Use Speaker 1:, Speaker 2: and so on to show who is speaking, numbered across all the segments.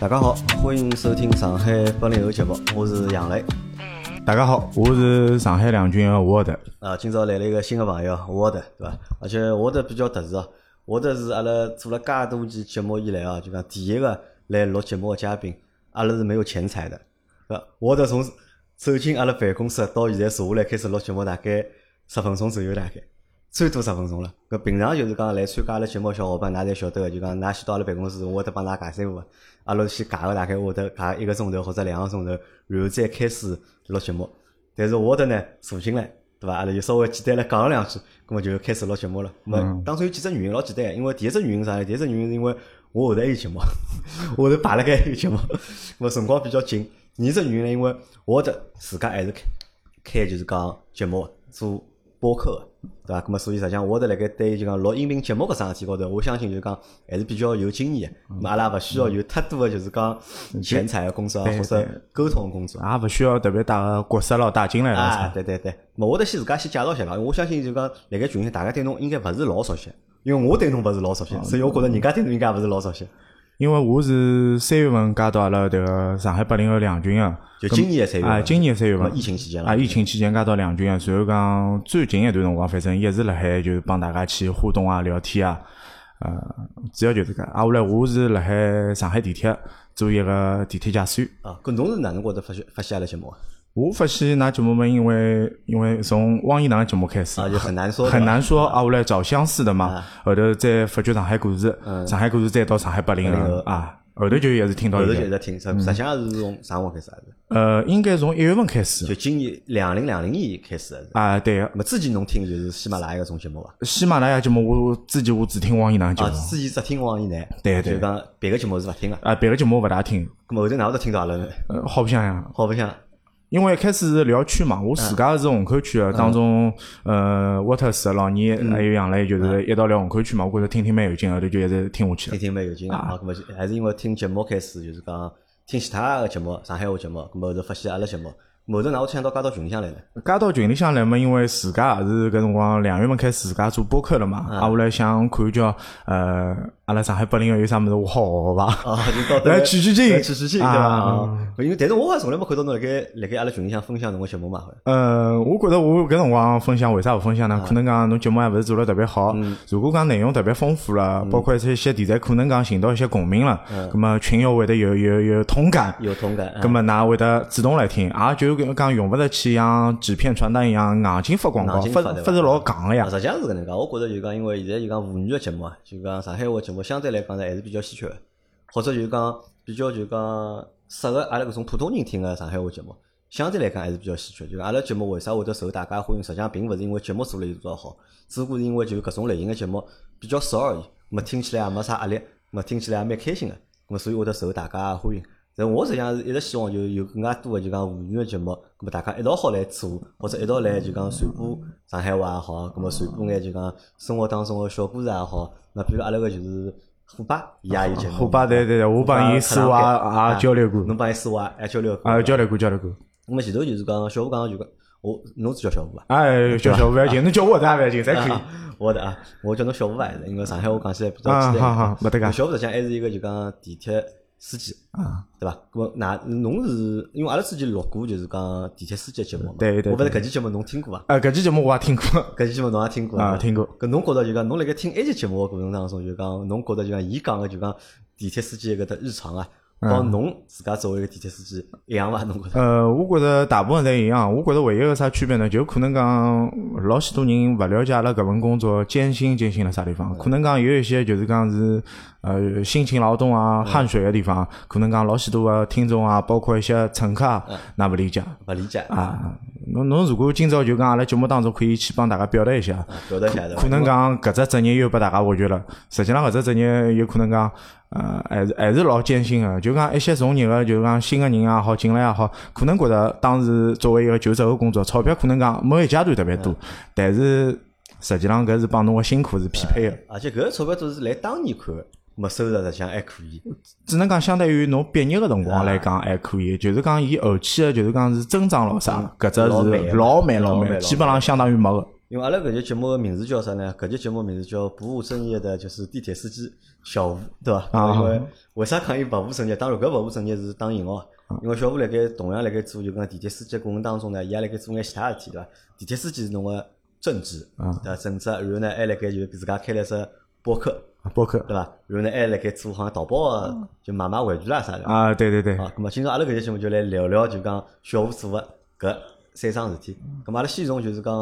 Speaker 1: 大家好，欢迎收听上海八零后节目，我是杨磊。
Speaker 2: 大家好，我是上海两军的沃德。
Speaker 1: 啊，今朝来了一个新的朋友，沃德，对伐？而且沃德比较特殊啊，沃德是阿拉做了介多期节目以来啊，就讲第一个来录节目的嘉宾，阿拉是没有钱财的，对伐？沃德从走进阿拉办公室到现在坐下来开始录节目，大概十分钟左右，大概最多十分钟了。搿平常就是讲来参加阿拉节目的小伙伴，㑚侪晓得个，就讲㑚先到阿拉办公室，我得帮㑚尬三胡啊，阿拉先尬个大概会得尬一个钟头或者两个钟头，然后再开始录节目。但是我的呢坐进来，对伐？阿拉就稍微简单来讲了两句，葛末就开始录节目了。咾么
Speaker 2: 嗯
Speaker 1: 当中有几只原因老简单，因为第一只原因是啥呢？第一只原因是因为我后头还有节目， 我后头排了该还 有节目，咾辰光比较紧。第二只原因呢，因为我的自家还是开开就是讲节目做播客的，对伐？葛末所以实际上我的辣盖对就讲录音频节目搿桩事体高头，我相信就是讲还是比较有经验的。咾阿拉勿需要有太多的就是讲钱财的工作啊，
Speaker 2: 嗯对
Speaker 1: 或
Speaker 2: 对
Speaker 1: 者沟通的工作。
Speaker 2: 也勿需要特别带个角色咯，带进来
Speaker 1: 啊，
Speaker 2: 了。
Speaker 1: 对对对，咾我得先自家先介绍一下吧。我相信就讲辣盖群里大家对侬应该勿是老熟悉，因为我对侬勿是老熟悉，
Speaker 2: 哦
Speaker 1: 所以我觉着人家对侬应该勿是老熟悉。
Speaker 2: 因为我是三月份加到阿拉迭个上海八零后两军个，
Speaker 1: 就今年的三月份
Speaker 2: 啊，今年三月
Speaker 1: 咾么
Speaker 2: 份
Speaker 1: 疫情期间
Speaker 2: 啊，
Speaker 1: 了，
Speaker 2: 疫情期间加到两军个，随后讲最近一段辰光，反正一直辣海就是帮大家去互动啊、聊天啊，呃，主要就这个。啊，后来我是辣海上海地铁做一个地铁驾驶员。
Speaker 1: 啊，搿侬是哪能觉得发现发现阿拉节目啊？
Speaker 2: 我发现㑚节目嘛，因为因为从汪一郎的节目开始，
Speaker 1: 啊，就很难说的，啊
Speaker 2: 很难说啊，我来找相似的嘛。后头再发掘上海故事，
Speaker 1: 嗯
Speaker 2: 上海故事再到上海八零
Speaker 1: 80后
Speaker 2: 后啊，后头就一直听
Speaker 1: 嗯
Speaker 2: 到
Speaker 1: 后头
Speaker 2: 现
Speaker 1: 就一
Speaker 2: 在。
Speaker 1: 直听，实实际上是从啥辰光开始啊？
Speaker 2: 呃，应该从一月份开始
Speaker 1: 就今年两零两零年开始的。
Speaker 2: 啊，对个。
Speaker 1: 咾么之前侬听就是喜马拉雅搿种节目伐？
Speaker 2: 喜马拉雅节目我自己我只听汪一郎的节
Speaker 1: 啊，
Speaker 2: 目
Speaker 1: 之前只听王一楠，
Speaker 2: 对对
Speaker 1: 就讲别个节目是勿听个。
Speaker 2: 啊，别个节目我勿大听，
Speaker 1: 咾么后头哪会得听到阿拉呢？
Speaker 2: 呃好白相呀。
Speaker 1: 好白相
Speaker 2: 因为一开始是聊区嘛，
Speaker 1: 嗯
Speaker 2: 我自家是虹口区的，啊当中呃沃特斯老倪
Speaker 1: 嗯
Speaker 2: 还有杨磊就是一道聊虹口区嘛，我觉着听听蛮有劲的，后头就一直听下去了
Speaker 1: 听。听蛮有劲个啊。咁么就还是因为听节目开始，就是讲听其他个节目，上海话节目，咁啊么后头发现阿拉节目，咁后头哪会想到加到群里向来呢？
Speaker 2: 加到群里向来嘛，因为自家也是搿辰光两月份开始自家做播客了
Speaker 1: 嗯
Speaker 2: 嘛，啊，我来想看叫呃，阿拉上海八零后有啥物事我好学伐？
Speaker 1: 啊，就到头
Speaker 2: 来取取经
Speaker 1: 来取取经对伐？
Speaker 2: 啊
Speaker 1: 啊因为但是我也从来没看到侬辣盖辣盖阿拉群里向分享侬个节目嘛，好像
Speaker 2: 呃，我觉得我搿辰光分享为啥勿分享呢？
Speaker 1: 嗯
Speaker 2: 可能讲侬节目还勿是做了特别好，如果讲内容特别丰富
Speaker 1: 嗯
Speaker 2: 了，包括一些题材，可能讲寻到一些共鸣了，葛么群友会得有有有同感。
Speaker 1: 有同感。啊
Speaker 2: 葛么，㑚会得主动来听，也就跟讲用勿着去像纸片传单一样硬劲发广告，
Speaker 1: 硬劲
Speaker 2: 发
Speaker 1: 发对伐
Speaker 2: 发是老戆个呀
Speaker 1: 啊，。实际上是搿能介，我觉着就讲，因为现在就讲妇女个节目啊，就讲上海话节目相对来讲呢，还是比较稀缺的，或者就讲比较就讲适合阿拉搿种普通人听个上海话节目，相对来讲还是比较稀缺。就讲阿拉节目为啥会得受大家欢迎，实际上并勿是因为节目做了有多少好，只不过是因为就搿种类型个节目比较少而已，咹听起来也没啥压力，咹听起来也蛮开心个，咹所以会得受大家欢迎。但我实际上是一直希望就有更加多的就讲妇女的节目，咁么大家一道好来做，或者一道来就讲传播上海话也好，咁么传播眼就讲生活当中的小故事也好。那比如阿拉个就是虎爸，伊也有节目。
Speaker 2: 啊虎爸对对对我帮伊私下也也啊交流过
Speaker 1: 啊侬帮伊私下也交流过。
Speaker 2: 啊，交流过，交流过。
Speaker 1: 咁么前头就是讲小虎讲就讲，我侬是叫小虎伐？
Speaker 2: 哎，叫小勿要紧，侬叫我啥勿要紧，侪可以。
Speaker 1: 我的啊，我叫侬小虎伐？还是因为上海话讲起来比较
Speaker 2: 啊，
Speaker 1: 简
Speaker 2: 好
Speaker 1: 单。
Speaker 2: 好，没得
Speaker 1: 那
Speaker 2: 讲。
Speaker 1: 小虎实际上还是一个就讲地铁司机，
Speaker 2: 啊
Speaker 1: 对伐？咁么，那侬是因为阿拉之前录过就是讲地铁司机的节目嘛？
Speaker 2: 对对对
Speaker 1: 我勿是搿期节目侬听过伐？
Speaker 2: 呃，搿期节目我也听过
Speaker 1: 搿期节目侬也听过
Speaker 2: 啊，
Speaker 1: 伐
Speaker 2: 听过。
Speaker 1: 搿侬觉着就讲，侬辣盖听埃期节目个过程当中，就讲侬觉着就讲伊讲个就讲地铁司机搿搭日常啊，
Speaker 2: 嗯
Speaker 1: 帮侬自家作为一个地铁司机一样伐？侬觉着？
Speaker 2: 呃，我觉着大部分侪一样，我觉着唯一个啥区别呢，就可能讲老许多人勿了解阿拉搿份工作艰辛艰辛辣啥地方，可能讲有一些就是讲是呃辛勤劳动啊、汗水个地方，可能讲老许多个听众啊，包括一些乘客啊，那勿理解
Speaker 1: 勿理解啊，
Speaker 2: 啊。侬侬如果今朝就讲阿拉节目当中可以去帮大家表达一下，
Speaker 1: 表达一下对伐？
Speaker 2: 可能讲搿只职业又被大家挖掘了。实际上搿只职业有可能讲，呃，还是还是老艰辛个。就讲一些从业个，就讲新个人也好，进来也好，可能觉得当时作为一个求职后工作，钞票可能讲某一阶段特别
Speaker 1: 嗯
Speaker 2: 多，但是实际上搿是帮侬个辛苦是匹配个。
Speaker 1: 而且搿个钞票都是来当年看个，没收入实际上还可以。
Speaker 2: 只能讲相对于侬毕业个辰光来
Speaker 1: 嗯
Speaker 2: 讲还可以，就是讲伊后期个就是讲是增长咯啥，搿只
Speaker 1: 嗯老慢
Speaker 2: 是
Speaker 1: 的
Speaker 2: 老慢
Speaker 1: 老
Speaker 2: 老
Speaker 1: 慢
Speaker 2: 慢
Speaker 1: 老，
Speaker 2: 基本上相当于没个。
Speaker 1: 因因为阿拉搿节节目个名字叫啥呢？搿节节目名字叫不务正业的，就是地铁司机小吴，对伐？
Speaker 2: 啊
Speaker 1: 因为为啥讲伊不务正业？当然搿不务正业是打引号啊，因为小吴辣盖同样辣盖做就讲地铁司机的过程当中呢，伊也辣盖做眼其他事体，对伐？地铁司机是侬个正职，对伐？正职，啊然后呢还辣盖就自家开了只啊博客，
Speaker 2: 包括
Speaker 1: 对伐？然后呢还辣盖做好像淘宝个，就买卖玩具啦啥的。
Speaker 2: 啊，对对对，
Speaker 1: 啊，咁么今朝阿拉搿节节目就来聊聊，就讲小吴做个搿三桩事体。咁么阿拉先从就是讲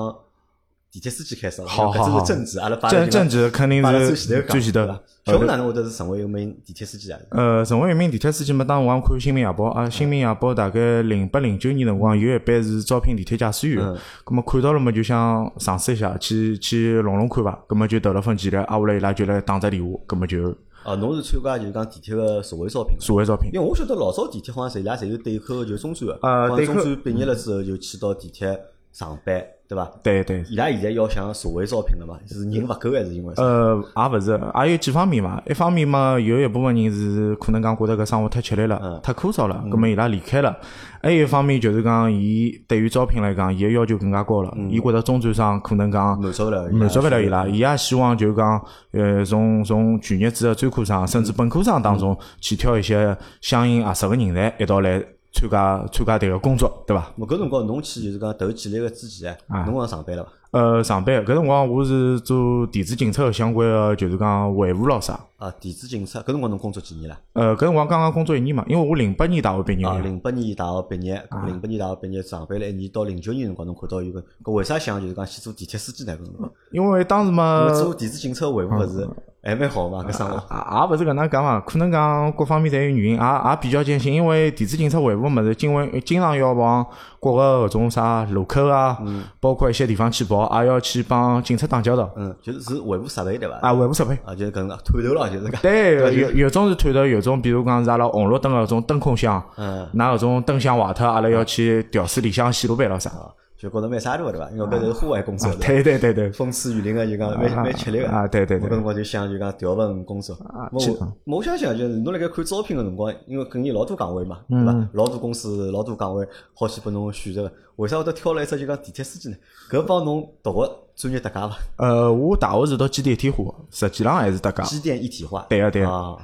Speaker 1: 地铁司机开始啊，
Speaker 2: 嗯好
Speaker 1: 因为搿
Speaker 2: 好
Speaker 1: 只
Speaker 2: 好
Speaker 1: 是政治，阿拉摆
Speaker 2: 政政治肯定是
Speaker 1: 最前
Speaker 2: 最前
Speaker 1: 头讲。对
Speaker 2: 头
Speaker 1: 伐
Speaker 2: 的。
Speaker 1: 小吴哪能会得是成为一名地铁司机啊？
Speaker 2: 呃，成为一名地铁司机嘛，当时我看《新民夜报》啊，《新民夜报》大概零八零九年辰光有一版是招聘地铁驾驶员
Speaker 1: 嗯
Speaker 2: 的，咁么看到了嘛，就想尝试一下，去去弄弄看伐，咁么就投了份简历，啊，后来伊拉就来打只电话，咁么就
Speaker 1: 哦，侬是参加就是讲地铁个社会招聘。
Speaker 2: 社会招聘。
Speaker 1: 因为我晓得老早地铁好像侪伊拉侪有对口，就中专个，好
Speaker 2: 呃
Speaker 1: 像
Speaker 2: 对
Speaker 1: 中
Speaker 2: 口
Speaker 1: 专毕业了之后就去到地铁上班，对伐？
Speaker 2: 对对，
Speaker 1: 伊拉现在要向社会招聘了嘛，是人勿够还是因为啥？
Speaker 2: 呃，也勿是，也有几方面嘛。一方面嘛，有一部分人是可能讲觉得搿生活太吃力了，太枯燥了，葛末伊拉离开了。还有一方面就是讲，伊对于招聘来讲，伊个要求更加高了。伊觉得中专生可能讲
Speaker 1: 满足勿嗯了伊拉，
Speaker 2: 满足勿了伊拉，伊也希望就是讲，呃，从从全日制的专科生甚至本科生当中
Speaker 1: 嗯
Speaker 2: 去挑一些相应合适个人才，一道来参加参加迭个工作，对伐？
Speaker 1: 咾搿辰光侬去就是讲投简历个之前，
Speaker 2: 啊
Speaker 1: 侬讲上班了伐？
Speaker 2: 呃，上班搿辰光我是做电子警察相关的，就是讲维护咯啥。
Speaker 1: 啊，电子警察，搿辰光侬工作几年了？
Speaker 2: 呃，搿辰光刚刚工作一年嘛，因为我零八年大啊学毕业
Speaker 1: 啊，
Speaker 2: 的，
Speaker 1: 零八年大学毕业，零八年大学毕业上班了一年，到零九年辰光侬看到有个，搿为啥想就是讲去做地铁司机呢？搿辰光，
Speaker 2: 因为当时嘛
Speaker 1: 因为，做电子警察维护勿
Speaker 2: 嗯
Speaker 1: 是还蛮好嘛，搿生活。
Speaker 2: 啊也也勿是搿能讲嘛，可能讲各方面侪有原因，也也比较艰辛，因为电子警察维护物事，经为经常要往各个搿种啥路口啊，包括一些地方去跑，也要去帮警察打交道，
Speaker 1: 嗯，就是是维护设备对伐？
Speaker 2: 啊，维护设备。
Speaker 1: 啊，就是搿能探头了，就是讲。
Speaker 2: 对，有有种是探头，有种比如讲是阿拉红绿灯个搿种灯控箱，
Speaker 1: 嗯，
Speaker 2: 拿搿种灯箱坏脱，阿拉要去调试里向线路板咾啥。
Speaker 1: 啊，就觉着蛮傻大对伐？因为搿是户外工作，对伐
Speaker 2: 啊对对对对，
Speaker 1: 风吹雨淋个就讲蛮蛮吃力个
Speaker 2: 啊对对对
Speaker 1: 我搿辰光就想就讲调份工作。
Speaker 2: 是
Speaker 1: 我我相信啊，就是侬辣盖看招聘个辰光，因为肯定有老多岗位嘛，
Speaker 2: 嗯
Speaker 1: 对伐？老多公司老多岗位好去拨侬选择个，为啥会得挑了一只就讲地铁司机呢？搿帮侬读个专业搭界伐？
Speaker 2: 呃，我大学是读机电一体化，实际浪还是搭界，
Speaker 1: 机电一体化。
Speaker 2: 啊对个对个
Speaker 1: 啊，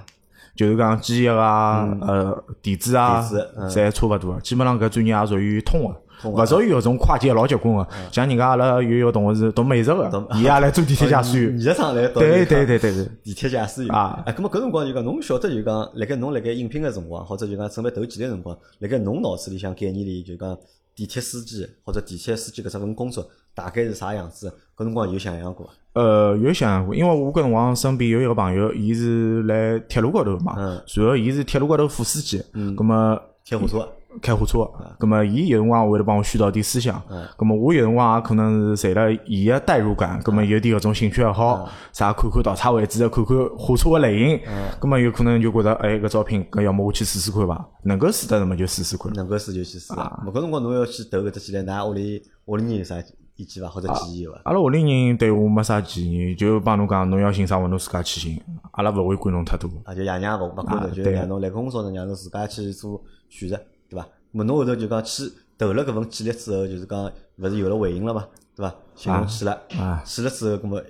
Speaker 2: 就是讲机械啊、
Speaker 1: 嗯
Speaker 2: 呃电子啊
Speaker 1: 电子，
Speaker 2: 侪差勿多的。基本上搿专业也属于通
Speaker 1: 嗯
Speaker 2: 个，
Speaker 1: 通啊嗯
Speaker 2: 勿属于搿种跨界老结棍个。像人家阿拉有一个同学是读美术个，伊也来做地铁驾驶员。
Speaker 1: 艺术生来读
Speaker 2: 对
Speaker 1: 这个啊
Speaker 2: 对对对对，
Speaker 1: 地铁驾驶员
Speaker 2: 啊
Speaker 1: 哎，咁么搿辰光就讲，侬晓得就讲，辣盖侬辣盖应聘个辰光，或者就讲准备投简历个辰光，辣盖侬脑子里向概念里就讲地铁司机或者地铁司机搿只份工作大概是啥样子？搿辰光有想象过伐？
Speaker 2: 呃，有想过，因为我搿辰光身边有一个朋友，伊是来铁路高头嘛，
Speaker 1: 嗯
Speaker 2: 然后伊是铁路高头副司机，葛末
Speaker 1: 开火车
Speaker 2: 开火车，葛么伊有辰光会得帮我絮叨点思想
Speaker 1: 嗯，
Speaker 2: 葛么我有辰光也可能是随了伊个代入感，
Speaker 1: 嗯
Speaker 2: 葛么有点搿种兴趣爱好，啥看看倒车位置，啊看看火车个类型，
Speaker 1: 嗯
Speaker 2: 葛么有可能就觉着哎搿招聘，搿要么我去试试看伐，能够试得什么就试试看。
Speaker 1: 能够试就去试啊。咹搿辰光侬要去投搿只简历，㑚屋里屋里人有啥意见伐？或者建议伐？
Speaker 2: 阿拉屋里人对我没啥建议，就帮侬讲，侬要寻啥活侬自家去寻，阿拉勿会管侬太多。
Speaker 1: 啊，就爷娘勿勿管头，
Speaker 2: 啊
Speaker 1: 就
Speaker 2: 对
Speaker 1: 让侬来工作呢，让侬自家去做选择，对伐？咾侬后头就讲去投了搿份简历之后，就是讲勿是有了回应了嘛，对伐？寻侬去了，
Speaker 2: 啊
Speaker 1: 去了之后，咾么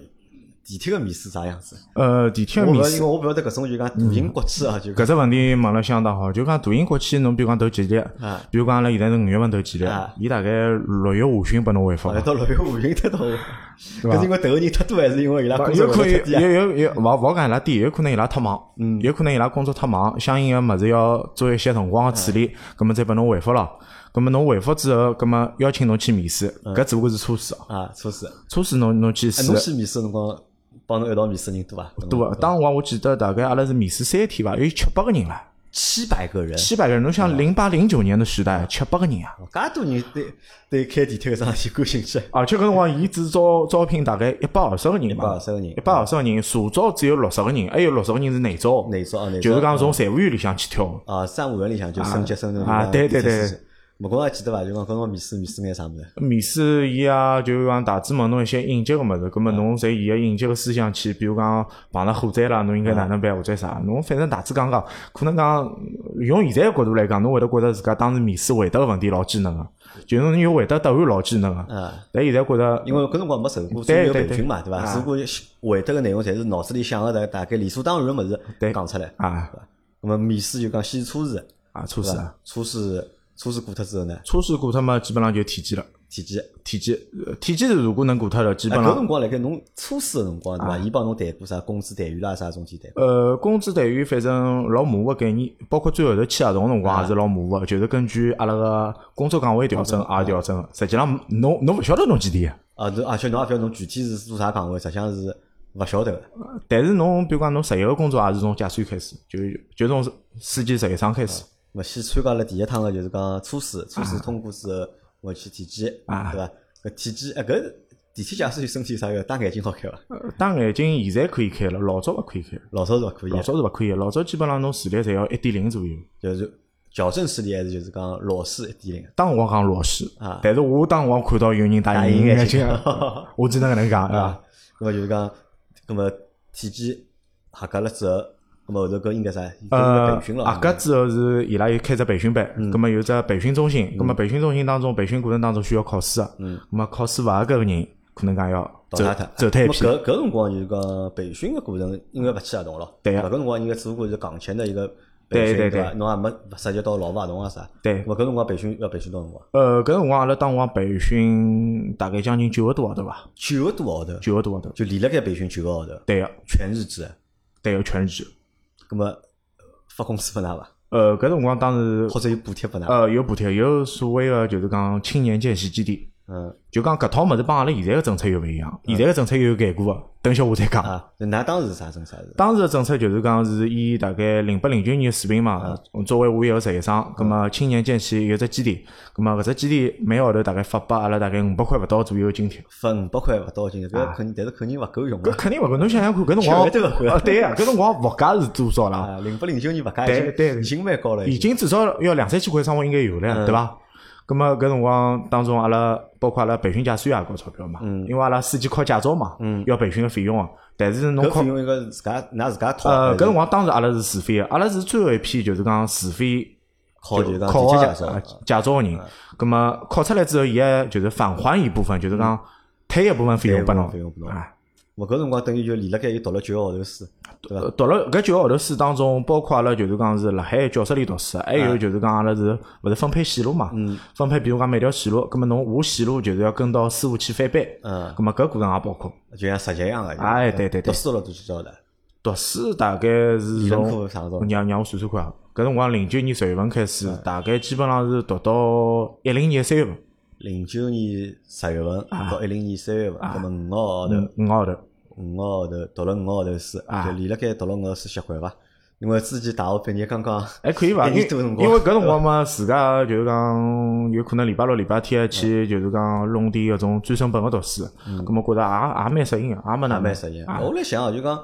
Speaker 1: 地铁个面试啥样子？
Speaker 2: 呃，地铁
Speaker 1: 我
Speaker 2: 个面
Speaker 1: 勿
Speaker 2: 试
Speaker 1: 因为我勿晓得搿种就讲大型国企啊，就讲
Speaker 2: 搿只问题问了相当好，就讲大型国企，侬比如讲投简历
Speaker 1: 啊，
Speaker 2: 比如讲阿拉现在是五月份投简历
Speaker 1: 啊，
Speaker 2: 伊大概六月下旬拨侬回复
Speaker 1: 好。像到六月五旬 得到我，
Speaker 2: 对吧
Speaker 1: 搿是因为投个人太多，还是因为伊拉工作
Speaker 2: 有可
Speaker 1: 量太
Speaker 2: 能
Speaker 1: 低啊？
Speaker 2: 有有有，勿勿好讲伊拉低，有可能伊拉太忙，
Speaker 1: 嗯
Speaker 2: 有可能伊拉工作太忙，相应个物事要做一些辰光个处
Speaker 1: 嗯
Speaker 2: 理，葛末再拨侬回复咯。葛末侬回复之后，葛末邀请侬去面试，搿只不过是初试哦，
Speaker 1: 啊，初试，嗯哎
Speaker 2: 初试侬侬去试
Speaker 1: 侬。去面试的辰光，帮侬一道面试的人多伐？
Speaker 2: 对伐？当辰光我记得大概阿拉是面试三天伐，有七八个人唻，
Speaker 1: 七百个人，
Speaker 2: 七百个人。侬
Speaker 1: 嗯
Speaker 2: 想零八零九年的时代，七八个人啊！
Speaker 1: 哦介多人对对开地铁搿桩事体感兴趣。
Speaker 2: 而且搿辰光，伊只招招聘大概一百二十个人
Speaker 1: 百二
Speaker 2: 嘛，
Speaker 1: 十个人
Speaker 2: 一，百二十个人，社招只有六十个人，还有六十个人是内招，
Speaker 1: 内招啊内招
Speaker 2: 就是讲从财务员里向去挑。
Speaker 1: 啊，三五人里向就升级升成
Speaker 2: 啊对对对
Speaker 1: 地铁司机木工还记得伐？就讲搿辰光面试面试眼啥物事？
Speaker 2: 面试伊啊，就是讲大致问侬一些应急个物事，葛
Speaker 1: 嗯
Speaker 2: 末侬侪沿个应急个思想去，比如讲碰着火灾啦，侬应该哪能
Speaker 1: 嗯
Speaker 2: 办或者啥，侬反正大致讲讲，可能讲用现在个角度来讲，侬会得觉着自家当时面试回答个问题老艰难个，就是侬有回答答案老艰难个，
Speaker 1: 啊，
Speaker 2: 但现在觉着
Speaker 1: 嗯因为搿辰光没受过专
Speaker 2: 对
Speaker 1: 业
Speaker 2: 对
Speaker 1: 培训嘛，对伐？
Speaker 2: 啊
Speaker 1: 如果回答个内容侪是脑子里想个大大概理所当然个物事
Speaker 2: 对
Speaker 1: 讲出来，
Speaker 2: 啊
Speaker 1: 那么面试就讲先初试，
Speaker 2: 啊初
Speaker 1: 对
Speaker 2: 试啊，
Speaker 1: 伐？初试初试过脱之后呢，
Speaker 2: 初试过脱嘛，基本上就体检了，
Speaker 1: 体检。
Speaker 2: 体检呃体检如果能过脱了，基本
Speaker 1: 啊，搿辰
Speaker 2: 上。
Speaker 1: 光辣盖侬啊初试个辰光对伐？伊帮侬谈过啥工资待遇啦啥种体谈过。
Speaker 2: 呃，工资待遇反正老模糊个概念，包括最后头签合同辰光也是老模糊个，就是根据阿拉个工作岗位调整而调整的。实际上，侬侬勿晓得侬几点
Speaker 1: 啊，侬而且侬也勿晓得侬具体是做啥岗位，实际上是勿晓得个。
Speaker 2: 个，但是侬比如讲侬实习个工作也是从假算开始，就就从暑期实习生开始。
Speaker 1: 么先参加了第一趟个就是讲初试，初试通过之后，我去体检，
Speaker 2: 啊
Speaker 1: 对伐？搿体检，哎，搿地铁假使有身体有啥个戴眼镜好看伐？
Speaker 2: 呃戴眼镜现在可以开了，老早勿可以开，
Speaker 1: 老早是勿可以
Speaker 2: 老
Speaker 1: 的，
Speaker 2: 早是勿可以的，老早基本上侬视力侪要一点零左右。
Speaker 1: 就是矫正视力还是就是讲老视一点零。
Speaker 2: 当辰光讲弱视
Speaker 1: 啊，
Speaker 2: 但是我当辰光看到有人戴
Speaker 1: 戴
Speaker 2: 隐形
Speaker 1: 眼
Speaker 2: 眼
Speaker 1: 镜
Speaker 2: 镜，我只能搿能讲，是伐？
Speaker 1: 那么就是讲，那么体检合格了之后，那么后头搿应该啥？应该
Speaker 2: 呃
Speaker 1: 培训，了。嗯
Speaker 2: 合格之后是伊拉有开只培训班，葛么有只培训中心，葛么培训中心当中培训过程当中需要考试个，
Speaker 1: 嗯
Speaker 2: 葛么考试勿合格个人可能讲要
Speaker 1: 淘
Speaker 2: 走
Speaker 1: 汰脱，
Speaker 2: 走脱一批
Speaker 1: 那么搿搿辰光就是讲培训个过程，应该勿签合同了。
Speaker 2: 对呀
Speaker 1: 搿辰光应该只不过是港前的一个培训，
Speaker 2: 对对对
Speaker 1: 伐？侬也没勿涉及到劳务合同啊啥。
Speaker 2: 对
Speaker 1: 我搿辰光培训要培训多少辰光？
Speaker 2: 呃，搿辰光阿拉当辰光培训大概将近九个多号头伐，
Speaker 1: 九个多号头，
Speaker 2: 九个多号头。
Speaker 1: 就连辣盖培训九个号头，
Speaker 2: 对个，
Speaker 1: 全日制。
Speaker 2: 对个，全日制。
Speaker 1: 葛末呃发工资拨㑚伐？
Speaker 2: 呃，搿辰光当时
Speaker 1: 或者有补贴拨㑚？
Speaker 2: 呃有补贴，有所谓个就是讲青年见习基地，
Speaker 1: 嗯
Speaker 2: 就讲搿套物事帮阿拉现在个政策又勿一样，现在个政策又有改过个，等歇下再讲。
Speaker 1: 啊，那㑚当时是啥政策是？
Speaker 2: 当时的政策就是讲是以大概零八零九年水平嘛，作为我一个实习生，葛么青年见习有只基地，葛么搿只基地每个号头大概发拨阿拉大概五百块勿到左右的津贴。
Speaker 1: 分五百块勿到进，搿肯定，但是肯定勿够用
Speaker 2: 啊搿
Speaker 1: 啊。
Speaker 2: 肯定勿够，侬想想看，搿辰
Speaker 1: 绝对勿够
Speaker 2: 光，啊对呀，搿辰光物价是多少 啦？
Speaker 1: 啊，零八零九年物价已
Speaker 2: 对对
Speaker 1: 经
Speaker 2: 对
Speaker 1: 已经蛮高了，
Speaker 2: 已经至少要两三千块生活应该有
Speaker 1: 嗯
Speaker 2: 了呀，对伐？葛么搿辰光当中，阿拉包括阿拉培训驾驶员也交钞票嘛，
Speaker 1: 嗯
Speaker 2: 因为阿拉司机考驾照嘛，要培训个费用啊。但是侬
Speaker 1: 搿
Speaker 2: 考
Speaker 1: 费用应该啊是自家㑚自家掏
Speaker 2: 呃，搿
Speaker 1: 还是
Speaker 2: 辰光当时阿拉是自费个，阿拉是最后一批就是讲自费
Speaker 1: 靠就是讲
Speaker 2: 考
Speaker 1: 直接介
Speaker 2: 啊
Speaker 1: 绍。
Speaker 2: 驾照个
Speaker 1: 嗯
Speaker 2: 人，葛么考出来之后，伊还就是返还一部分，就是讲退一部分费用拨
Speaker 1: 嗯退一部分费用拨
Speaker 2: 侬。
Speaker 1: 侬
Speaker 2: 哎，
Speaker 1: 我搿辰光等于就连辣盖又读了九个号头书，对伐？
Speaker 2: 呃读了搿九个号头书当中，包括阿拉就是讲是辣海教室里读书，还
Speaker 1: 嗯
Speaker 2: 有就是讲阿拉是勿是分配线路嘛？分配比如讲每条线路，葛么侬下线路就是要跟到师傅去翻班，
Speaker 1: 嗯，
Speaker 2: 葛么搿过程也包括。
Speaker 1: 就像实习一样个。就
Speaker 2: 哎对对
Speaker 1: 读
Speaker 2: 对
Speaker 1: 书了都去教了，
Speaker 2: 读书大概是
Speaker 1: 理论
Speaker 2: 从
Speaker 1: 课啥辰光？
Speaker 2: 让让我算算看啊，搿辰光零九年十月份开始，
Speaker 1: 嗯
Speaker 2: 大概基本上是读到一零年三月份，
Speaker 1: 零九年十月份
Speaker 2: 啊
Speaker 1: 到一零年三月份，那么五个号头，
Speaker 2: 五个号头。
Speaker 1: 五个号头读了五个号头书，
Speaker 2: 嗯啊
Speaker 1: 就连辣盖读了五个号头书习惯伐？因为之前大学毕业刚刚
Speaker 2: 还哎可以
Speaker 1: 一
Speaker 2: 伐？因
Speaker 1: 年
Speaker 2: 为
Speaker 1: 多辰光
Speaker 2: 因为搿辰光嘛，自家就是讲有可能礼拜六、礼拜天去，
Speaker 1: 嗯
Speaker 2: 就是讲弄点搿种专升本个读书，葛末觉着也也蛮适应个，啊也没
Speaker 1: 也
Speaker 2: 哪
Speaker 1: 蛮适应。我来想啊，就讲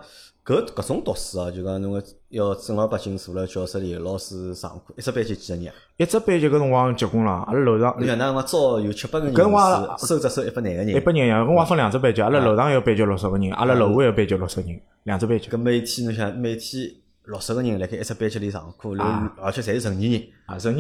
Speaker 1: 搿搿种读书啊，就讲侬个要正儿八经坐辣教室里，老师上课，一只班级几个人啊？
Speaker 2: 一只班级搿辰光结棍了，阿拉楼上
Speaker 1: 侬像那辰光招有七八个人
Speaker 2: 搿辰光
Speaker 1: 是，收只收一百廿个
Speaker 2: 一
Speaker 1: 人。啊
Speaker 2: 百人呀，搿辰光分两只班级，阿
Speaker 1: 嗯
Speaker 2: 拉楼上一个班级六十个人，阿拉楼下一个班级六十人，两只班级
Speaker 1: 搿每天侬想每天六十个人辣盖一只班级里上课，然后而且侪是成年人，
Speaker 2: 啊，十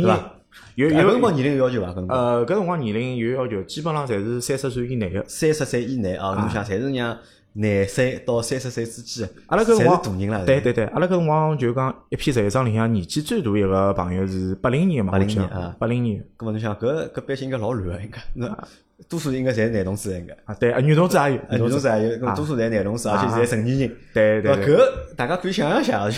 Speaker 1: 对
Speaker 2: 人
Speaker 1: 伐啊搿
Speaker 2: 有
Speaker 1: 辰
Speaker 2: 有
Speaker 1: 光年龄有要求伐？搿辰光
Speaker 2: 呃，搿辰光年龄有要求，基本上侪是三十岁以内个。
Speaker 1: 三十岁以内啊，侬想侪是让廿岁到三十岁之间，
Speaker 2: 阿拉搿
Speaker 1: 侪
Speaker 2: 辰光
Speaker 1: 是大人了，
Speaker 2: 对对对，阿拉搿辰光就讲一批实习生里向年纪最大一个朋友是八零年嘛，
Speaker 1: 80
Speaker 2: 我记得
Speaker 1: 年啊
Speaker 2: 八零年。
Speaker 1: 咁么侬想搿搿班级应该老乱啊，应该，那多数应该侪是男同志应该，
Speaker 2: 啊，对，啊，女同志也有，
Speaker 1: 呃女同志也有，咁多数侪是男同志，而且侪成年人。
Speaker 2: 对对对，
Speaker 1: 搿大家可以想象一下，就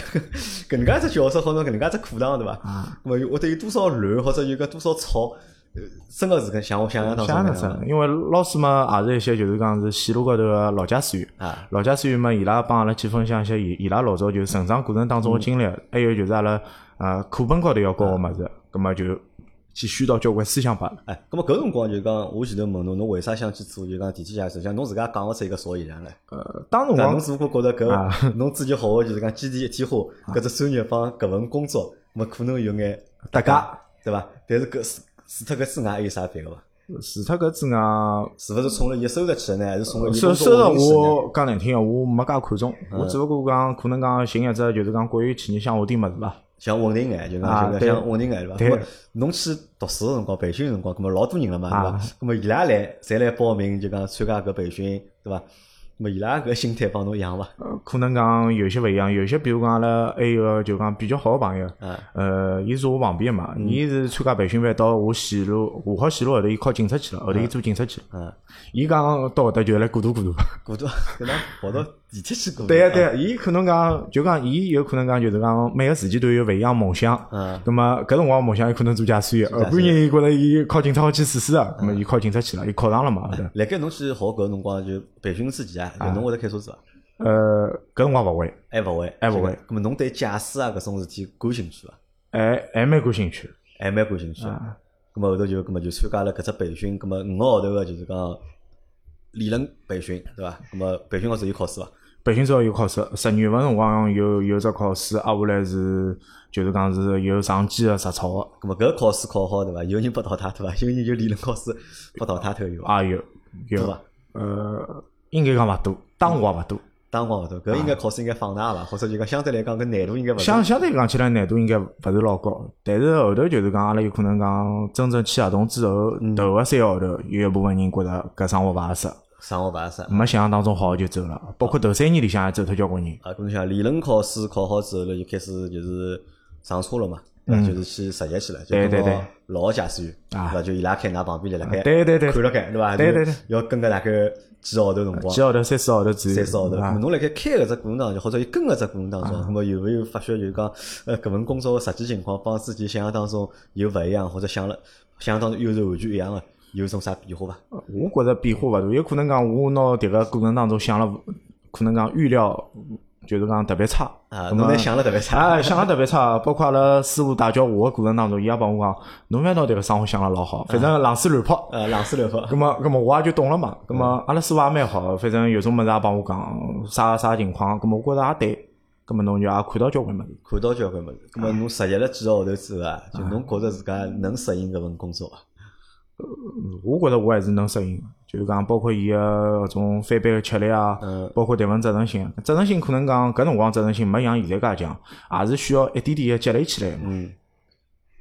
Speaker 1: 搿能介一只教室或者搿能介一只课堂对伐？
Speaker 2: 啊
Speaker 1: 咁么有会得有多少乱，或者有搿多少吵，呃真个是跟像我想象当中
Speaker 2: 像那
Speaker 1: 搿样
Speaker 2: 啥，因为老师嘛，也是一些就是讲是线路高头个老驾驶员。
Speaker 1: 啊，
Speaker 2: 老驾驶员嘛，伊拉帮阿拉去分享一些伊伊拉老早就是成长过程当中个经历，
Speaker 1: 嗯
Speaker 2: 还有就是阿拉呃课本高头要教个物事，葛么就去虚导交关思想吧。
Speaker 1: 哎，咁么搿辰光就讲，我前头问侬，侬为啥想去做就讲电机驾驶？像侬自家讲勿出一个所以然来。
Speaker 2: 呃，当
Speaker 1: 但侬
Speaker 2: 辰光啊
Speaker 1: 只不过觉得搿 侬自己学个就是讲基地一体化，搿只专业帮搿份工作，没可能有眼
Speaker 2: 搭界
Speaker 1: 对伐？但是搿是除脱搿之外还有啥别个伐？
Speaker 2: 除脱搿之外，呃
Speaker 1: 是勿是冲着伊收入去的呢？还是冲着伊
Speaker 2: 收
Speaker 1: 哦工
Speaker 2: 收
Speaker 1: 作
Speaker 2: 入
Speaker 1: 稳定去的呢？
Speaker 2: 我讲难听个，我没介看重，
Speaker 1: 嗯
Speaker 2: 我只不过讲可能讲寻一只就是讲国有企业想下点物事伐。
Speaker 1: 想稳定眼，就
Speaker 2: 啊
Speaker 1: 讲就
Speaker 2: 对
Speaker 1: 讲想稳定眼对伐？咾
Speaker 2: 对
Speaker 1: 么侬去读书个辰光，培训个辰光，咾么老多人了嘛，对伐
Speaker 2: 啊？
Speaker 1: 咾么伊拉来侪来报名，就讲参加搿培训，对伐？咾么伊拉搿心态帮侬一样伐？
Speaker 2: 呃，可能讲有些勿一样，有些比如讲阿拉还有个就讲比较好个朋友，
Speaker 1: 啊
Speaker 2: 呃，伊是我旁边个嘛，伊是参加培训班到我西路华好西路后头，伊考警察去了，后头伊做警察去了，
Speaker 1: 嗯，
Speaker 2: 伊讲到搿搭就来过渡过渡。
Speaker 1: 过渡搿能跑到地铁去过渡。
Speaker 2: 对呀对呀，伊可能讲就讲伊有可能讲就是讲每个时期段有勿一样梦想，
Speaker 1: 嗯
Speaker 2: 那么搿辰光梦想有可能做驾驶员，后半年伊觉着伊考警察好去试试啊，那么伊考警察去了，伊考上了嘛，后头
Speaker 1: 辣盖侬去学搿个辰光，就培训之前啊，就侬会得开车子伐？
Speaker 2: 呃，搿辰光勿会，
Speaker 1: 还勿会，
Speaker 2: 还勿会
Speaker 1: 这个。咁么侬对驾驶啊搿种事体感兴趣伐？
Speaker 2: 哎还还蛮感兴趣。
Speaker 1: 还蛮感兴趣的。
Speaker 2: 啊
Speaker 1: 咁么后头就咁么就参加了搿只培训，咁么五个号头个啊就是讲理论培训，对伐？咁么培训个时候有考试啊伐？
Speaker 2: 培训之后有考试，十月份辰光有有只考试，啊，下来是就是讲是有上机个实操个，
Speaker 1: 咁么搿考试考好对伐？有人被淘汰对伐？ 有人就理论考试被淘汰脱有伐？
Speaker 2: 啊有
Speaker 1: 对
Speaker 2: 有
Speaker 1: 伐？
Speaker 2: 呃，应该讲勿多，当辰光勿多，
Speaker 1: 当光号头，搿应该考试应该放大伐？或者就讲相对来讲搿难度应该勿
Speaker 2: 相
Speaker 1: 大。
Speaker 2: 相对讲起来难度应该勿是老高，但是后头就是讲阿拉有可能讲真正签合同之后，
Speaker 1: 嗯
Speaker 2: 头个三个号头有一部分人觉着搿生活勿合适，
Speaker 1: 生活勿合适。啊，
Speaker 2: 没想象当中好就走了，包括头三年里向也走脱交关人，
Speaker 1: 咁侬想理论考试考好之后呢，就开始就是上车了嘛，对伐？就是去实习去了，就
Speaker 2: 嗯对对
Speaker 1: 跟
Speaker 2: 对啊
Speaker 1: 牢老个驾驶员，对伐？就伊拉开㑚旁边立辣盖。
Speaker 2: 对对对，
Speaker 1: 看
Speaker 2: 几
Speaker 1: 了看，对伐？
Speaker 2: 对对对，
Speaker 1: 要跟个大概几个号头辰光，
Speaker 2: 个号头三四个号头左右，
Speaker 1: 三四个号头。
Speaker 2: 啊
Speaker 1: 咾侬辣盖开搿只过程当中，或者伊跟搿只过程当中，咾么有没有发觉就是讲，呃，搿份工作个实际情况帮自己想象当中有勿一样，或者想了想象当中又是完全一样个，有种啥变化伐？
Speaker 2: 我觉着变化勿大，有可能讲我拿迭个过程当中想了，可能讲预料就是讲特别差。
Speaker 1: 啊，
Speaker 2: 那
Speaker 1: 侬
Speaker 2: 么
Speaker 1: 在想了特别差，
Speaker 2: 哎，想了特别差，包括阿拉师傅带教我个过程当中，伊也帮我讲，侬勿要拿迭个生活想了老好，反正浪死乱跑。
Speaker 1: 呃，冷水流泡，
Speaker 2: 葛么，葛么我也就懂了嘛。葛么，阿拉师傅也蛮好，反正有种物事也帮我讲，啥啥情况，葛么我觉着也对。葛么侬就也看到交关物事。
Speaker 1: 看到交关物事。咾
Speaker 2: 啊
Speaker 1: 么侬实习了几个号头之后啊，就侬觉着自家能适应搿份工作伐？
Speaker 2: 我觉着我还是能适应的，就是讲包括伊个搿种翻班个吃力啊，
Speaker 1: 嗯
Speaker 2: 包括迭份责任心，责任心可能讲搿辰光责任心没像现在介强，也是需要一点点个积累起来的嘛。
Speaker 1: 嗯，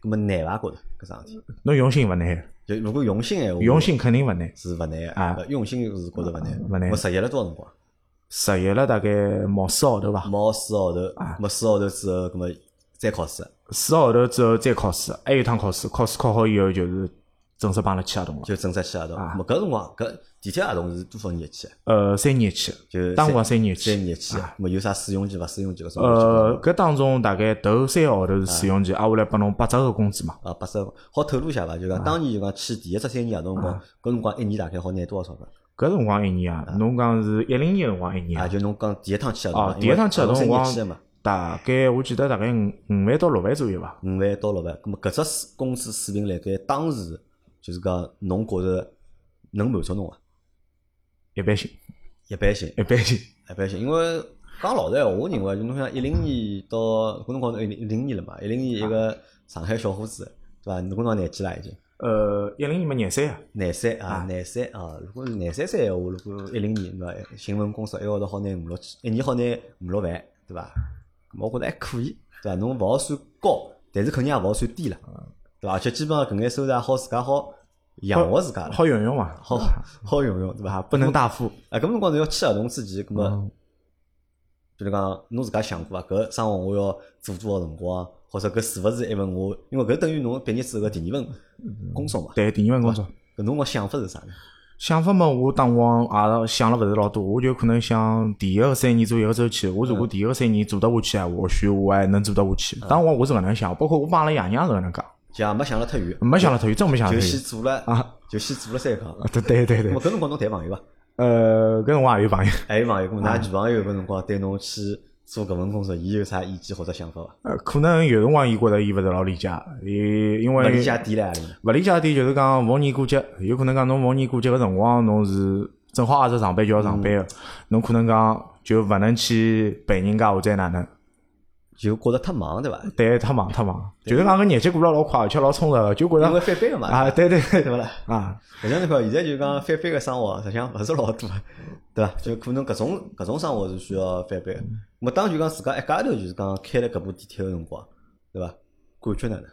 Speaker 1: 咾么难伐？觉着搿桩事体，
Speaker 2: 侬用心勿难，
Speaker 1: 就如果用心闲话，
Speaker 2: 用心肯定勿难。
Speaker 1: 是勿难个
Speaker 2: 啊
Speaker 1: 呃用心是觉着勿难，
Speaker 2: 勿难
Speaker 1: 我实习了多少辰光？
Speaker 2: 实习了大概毛四个号头伐，
Speaker 1: 毛四个号头，
Speaker 2: 啊
Speaker 1: 没四个号头之后，葛么再考试，
Speaker 2: 四个号头之后再考试，还有一趟考试，考试考好以后就是正式帮阿拉签合同了。
Speaker 1: 就正式签合
Speaker 2: 啊
Speaker 1: 同。咾么搿辰光搿地铁合同是多少年期？啊
Speaker 2: 呃，三年签，
Speaker 1: 就
Speaker 2: 当光三年
Speaker 1: 三
Speaker 2: 签。
Speaker 1: 年期，啊咾么有啥试用期勿试用期搿种？
Speaker 2: 呃，搿当中大概头三个号头是试用期，挨下来拨侬八折个工资嘛。
Speaker 1: 啊，八十好透露一下伐？
Speaker 2: 啊
Speaker 1: 就讲当年就讲签第一只三年合同辰光，搿辰光一年大概好拿多少钞票？
Speaker 2: 搿辰光一年啊，侬讲是一零年辰光一年
Speaker 1: 啊，就侬讲第一趟签合同
Speaker 2: 啊
Speaker 1: 嘛，，
Speaker 2: 第一趟去合同辰
Speaker 1: 因为合
Speaker 2: 光
Speaker 1: 同三年期的嘛，
Speaker 2: 大概我记得大概五五万到六万左右吧。
Speaker 1: 五万到六万，葛么搿只工资水平辣盖当时就是讲侬觉着能满足侬伐？
Speaker 2: 一般 性，
Speaker 1: 一般性。
Speaker 2: 一般性。
Speaker 1: 一般性，因为讲老实闲话，我认为就侬像一零年到搿辰光一零一零年了嘛，一零年一个上海小伙子，对伐？侬搿辰光廿几啦已经，
Speaker 2: 呃，一零年嘛廿三啊，
Speaker 1: 廿三啊，廿三啊，如果是廿三岁闲话，如果一零年对伐？新闻工作一个号头好拿五六千，一年好拿五六万，对伐？咾我觉着还可以，对伐？侬勿好算高，但是肯定也勿好算低了，
Speaker 2: 嗯
Speaker 1: 对伐？而且基本上搿眼收入也好自家好养活自家了，
Speaker 2: 好用用嘛，
Speaker 1: 好好用用，对伐
Speaker 2: 啊，？不能大富。
Speaker 1: 啊，搿么辰光侬要签合同之前，搿么
Speaker 2: 嗯，
Speaker 1: 就是讲侬自家想过伐？啊搿生活我要做多少辰光，啊或者搿是勿是一份我？因为搿等于侬毕业之后个第二份工作嘛。
Speaker 2: 对，第二份工作。
Speaker 1: 搿侬个想法是啥呢？
Speaker 2: 想法嘛，我当光也想了勿是老多，我就可能想第一个三年做一个周期，我如果第一个三年做得下去啊，或许我还能做得下去。当光我是搿能想，包括我帮阿拉爷娘是搿能讲，
Speaker 1: 就也没想了太远，
Speaker 2: 没想了头，真没想了
Speaker 1: 就
Speaker 2: 头。
Speaker 1: 先做了
Speaker 2: 啊，
Speaker 1: 就先做了三趟。
Speaker 2: 啊对对对
Speaker 1: 咾
Speaker 2: 对
Speaker 1: 么，搿辰光侬谈朋友伐？
Speaker 2: 呃，搿辰光也有朋友，
Speaker 1: 还有朋友，搿
Speaker 2: 啊
Speaker 1: 么㑚女朋友搿辰光对侬去做搿份工作，伊有啥意见或者想法伐？
Speaker 2: 呃可能有辰光伊觉着伊勿是老理解，伊因
Speaker 1: 勿
Speaker 2: 为
Speaker 1: 理解点辣何里呢？
Speaker 2: 勿理解点就是讲逢年过节，有可能讲侬逢年过节个辰光，侬是正好也是上班就要上班个，侬可能讲就勿能去陪人家或者哪能。
Speaker 1: 就觉着太忙对伐？
Speaker 2: 对，太忙太忙，就是讲搿日节过了老快，而且老充实的，就觉
Speaker 1: 因为
Speaker 2: 着
Speaker 1: 翻倍个嘛，
Speaker 2: 啊，对对
Speaker 1: 对勿啦？
Speaker 2: 啊，
Speaker 1: 实际上侬看，现在就讲翻倍个生活，实际上勿是老多，对伐？就可能搿种搿种生活是需要翻倍个。咹当就讲自家一家头就是讲开了搿部地铁个辰光，对伐？感觉哪能？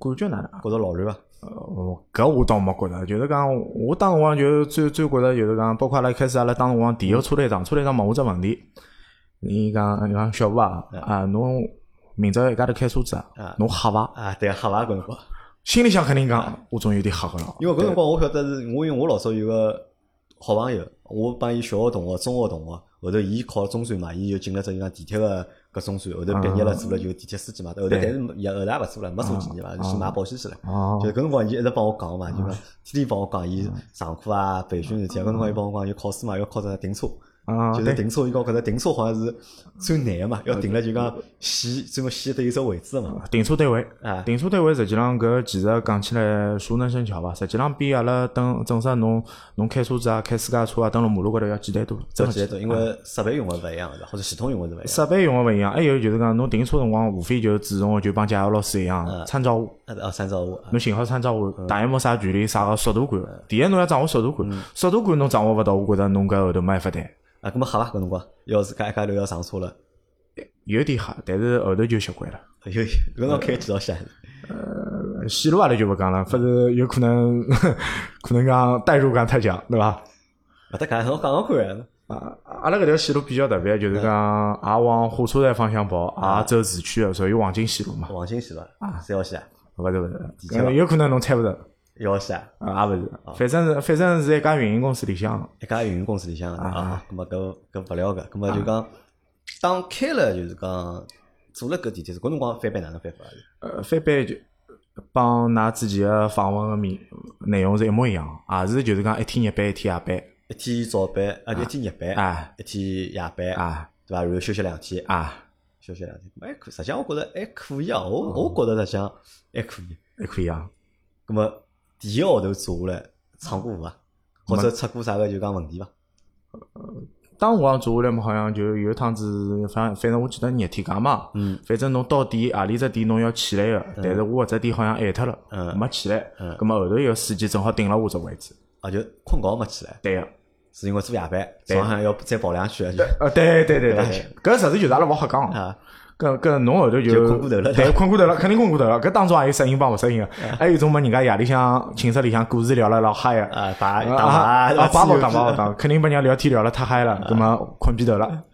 Speaker 2: 感觉哪能？
Speaker 1: 觉着老乱伐？
Speaker 2: 哦，搿我倒没觉着，就是讲我当辰光就是最最觉着就是讲，包括阿拉一开始阿拉当辰光第一个车队长，车队长问我只问题，伊讲伊讲小吴啊，啊侬明朝一家头开车子
Speaker 1: 啊
Speaker 2: 啊，侬吓伐？
Speaker 1: 啊，对啊，吓伐搿辰光？
Speaker 2: 心里想肯定讲，我总有点吓个了，
Speaker 1: 因为搿辰光我晓得是，我因为我老早有个好朋友，我帮伊小学同学、中学同学，后头伊考中专嘛，伊就进了只就讲地铁个搿中专，后头毕业
Speaker 2: 嗯
Speaker 1: 了做了就地铁司机嘛，后头但是也后头也勿做了，没做几年嘛，就去买保险去了。
Speaker 2: 嗯哦嗯
Speaker 1: 就搿辰光伊一直帮我讲嘛，就讲天天帮我讲伊上课啊、培训事体啊，搿辰光伊帮我讲伊考试嘛，要考只停车。
Speaker 2: 啊，
Speaker 1: 就
Speaker 2: 对
Speaker 1: 是停车，伊讲搿只停车好像是最难个嘛，要停了就
Speaker 2: 嗯
Speaker 1: 讲线，专门线得有只位置个嘛。
Speaker 2: 停车单位
Speaker 1: 啊，
Speaker 2: 停车单位实际上搿其实讲起来熟能生巧伐？实际上比阿拉等正式侬侬开车子啊、开私家车啊，登了马路高头要简单多，
Speaker 1: 这
Speaker 2: 真
Speaker 1: 几
Speaker 2: 的
Speaker 1: 多，因为设备用个勿一样，是吧或者系统用个是勿一样。
Speaker 2: 嗯设备用的勿一样，还哎有就是讲，侬停车辰光无非就是注重的就帮驾校老师一样，参照物，
Speaker 1: 啊啊，三十五啊嗯
Speaker 2: 侬幸好参照物，大约没啥距离，啥个速度感。第一，侬要掌握速度感，速度感侬掌握勿到，我觉着侬搿后头没办法谈，
Speaker 1: 啊，咁么吓伐？搿辰光要自家一家头要上车了，
Speaker 2: 有点吓，但是后头就习惯了。
Speaker 1: 有搿辰光开几条线，
Speaker 2: 呃线路阿拉就勿讲了，反正有可能 可能讲代入感太强，对伐？
Speaker 1: 勿搭讲，我讲讲看，
Speaker 2: 啊，阿拉搿条线路比较特别，就是讲也往火车站方向跑，也走市区的，属于黄金线路嘛，
Speaker 1: 黄金线了，三号线，
Speaker 2: 勿是勿是
Speaker 1: 底下，
Speaker 2: 有可能侬猜勿着。
Speaker 1: 一号线，
Speaker 2: 啊，也勿是，反正是反正是一家运营公司里向，
Speaker 1: 一家运营公司里向的啊，咁么搿搿勿了搿，咁么就讲当开了就是讲坐了搿地铁，搿辰光翻版哪能翻法？
Speaker 2: 呃，翻版就帮㑚之前个访问个面内容是一模一样，也是就是讲一天日班哎一天夜
Speaker 1: 一天早班，啊，就一天日班，
Speaker 2: 班，
Speaker 1: 一天夜
Speaker 2: 啊
Speaker 1: 班，
Speaker 2: 啊
Speaker 1: 对伐？然后休息两天，
Speaker 2: 啊，
Speaker 1: 休息两天，咁还可，实际上我觉着还可以啊，我我觉着实际上还可以。
Speaker 2: 还可以啊。
Speaker 1: 咁么第一个号头做下来，唱过舞伐？或者出过啥个就讲问题伐？
Speaker 2: 当辰光做下来嘛，好像就有一趟子，反反正我记得热天假嘛，
Speaker 1: 嗯，
Speaker 2: 反正侬到点何里只点侬要起来个，但是我搿只点好像晚脱了，
Speaker 1: 嗯
Speaker 2: 没起来，
Speaker 1: 嗯
Speaker 2: 咁么后头一个司机正好顶了我只位置，
Speaker 1: 啊，就困觉没起来，
Speaker 2: 对个。
Speaker 1: 是因为做夜班，
Speaker 2: 对
Speaker 1: 早上要再跑两圈就
Speaker 2: 呃，对对对
Speaker 1: 对
Speaker 2: 对，搿实事求是阿拉勿好讲
Speaker 1: 啊。
Speaker 2: 搿搿侬后头就
Speaker 1: 就困过头了
Speaker 2: 对，困过头了，肯定困过头了。搿当中也有适应帮勿适应个，还有一种么人家夜里向寝室里向故事聊了老嗨个，
Speaker 1: 啊，打
Speaker 2: 啊
Speaker 1: 打
Speaker 2: 啊，
Speaker 1: 八
Speaker 2: 八宝打八宝打，肯定把人家聊天聊了太嗨了，葛么困皮头了。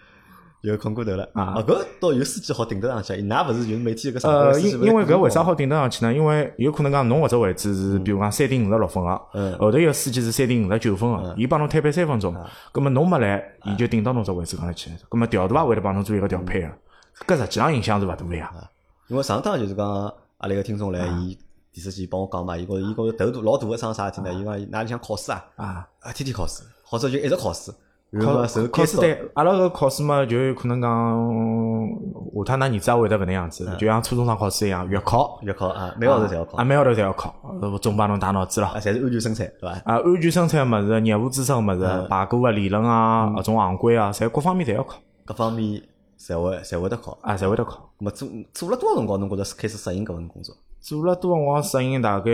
Speaker 1: 又困过头了
Speaker 2: 啊
Speaker 1: 搿倒有司机好顶得上去，伊㑚勿是就是每天有个上班
Speaker 2: 呃，
Speaker 1: 司
Speaker 2: 因
Speaker 1: 机
Speaker 2: 因为搿为啥
Speaker 1: 好？
Speaker 2: 好顶得上去呢？因为有可能讲啊侬搿只位置是，比如讲三点五十六分
Speaker 1: 嗯嗯
Speaker 2: 个，后头一个司机是三点五十九分个，伊帮侬摊配三分钟，葛么侬没来，伊就顶到侬只位置高头去，葛么调度也会得帮侬做一个调配个，搿实际上影响是勿大个啊呀。
Speaker 1: 因为上趟就是讲阿拉一个听众来，
Speaker 2: 啊
Speaker 1: 伊电视机帮我讲嘛，伊觉着伊觉着头大老大个桩啥事体呢？伊讲伊㑚里向考试啊，
Speaker 2: 啊。
Speaker 1: 啊天天考试，或者就一直考试，然后
Speaker 2: 考
Speaker 1: 嘛受
Speaker 2: 考试
Speaker 1: 干扰
Speaker 2: 对，阿拉搿考试嘛，就有可能讲，下趟㑚儿子也会得搿能样子，就像初中生考试一样，月考，
Speaker 1: 要考啊，每个嗯号头侪要考
Speaker 2: 啊，每个号头侪要考，呃总帮侬打脑子了
Speaker 1: 啊，。侪是安全生产对伐？
Speaker 2: 啊，安全生产物事、业务知识物事、排过个理论啊、搿种行规啊，侪各方面侪要考，
Speaker 1: 各方面侪会侪会得考。
Speaker 2: 啊，侪会得考。
Speaker 1: 咁么做做了多少辰光，侬觉着开始适应搿份工作？
Speaker 2: 做了多少辰光适应？大概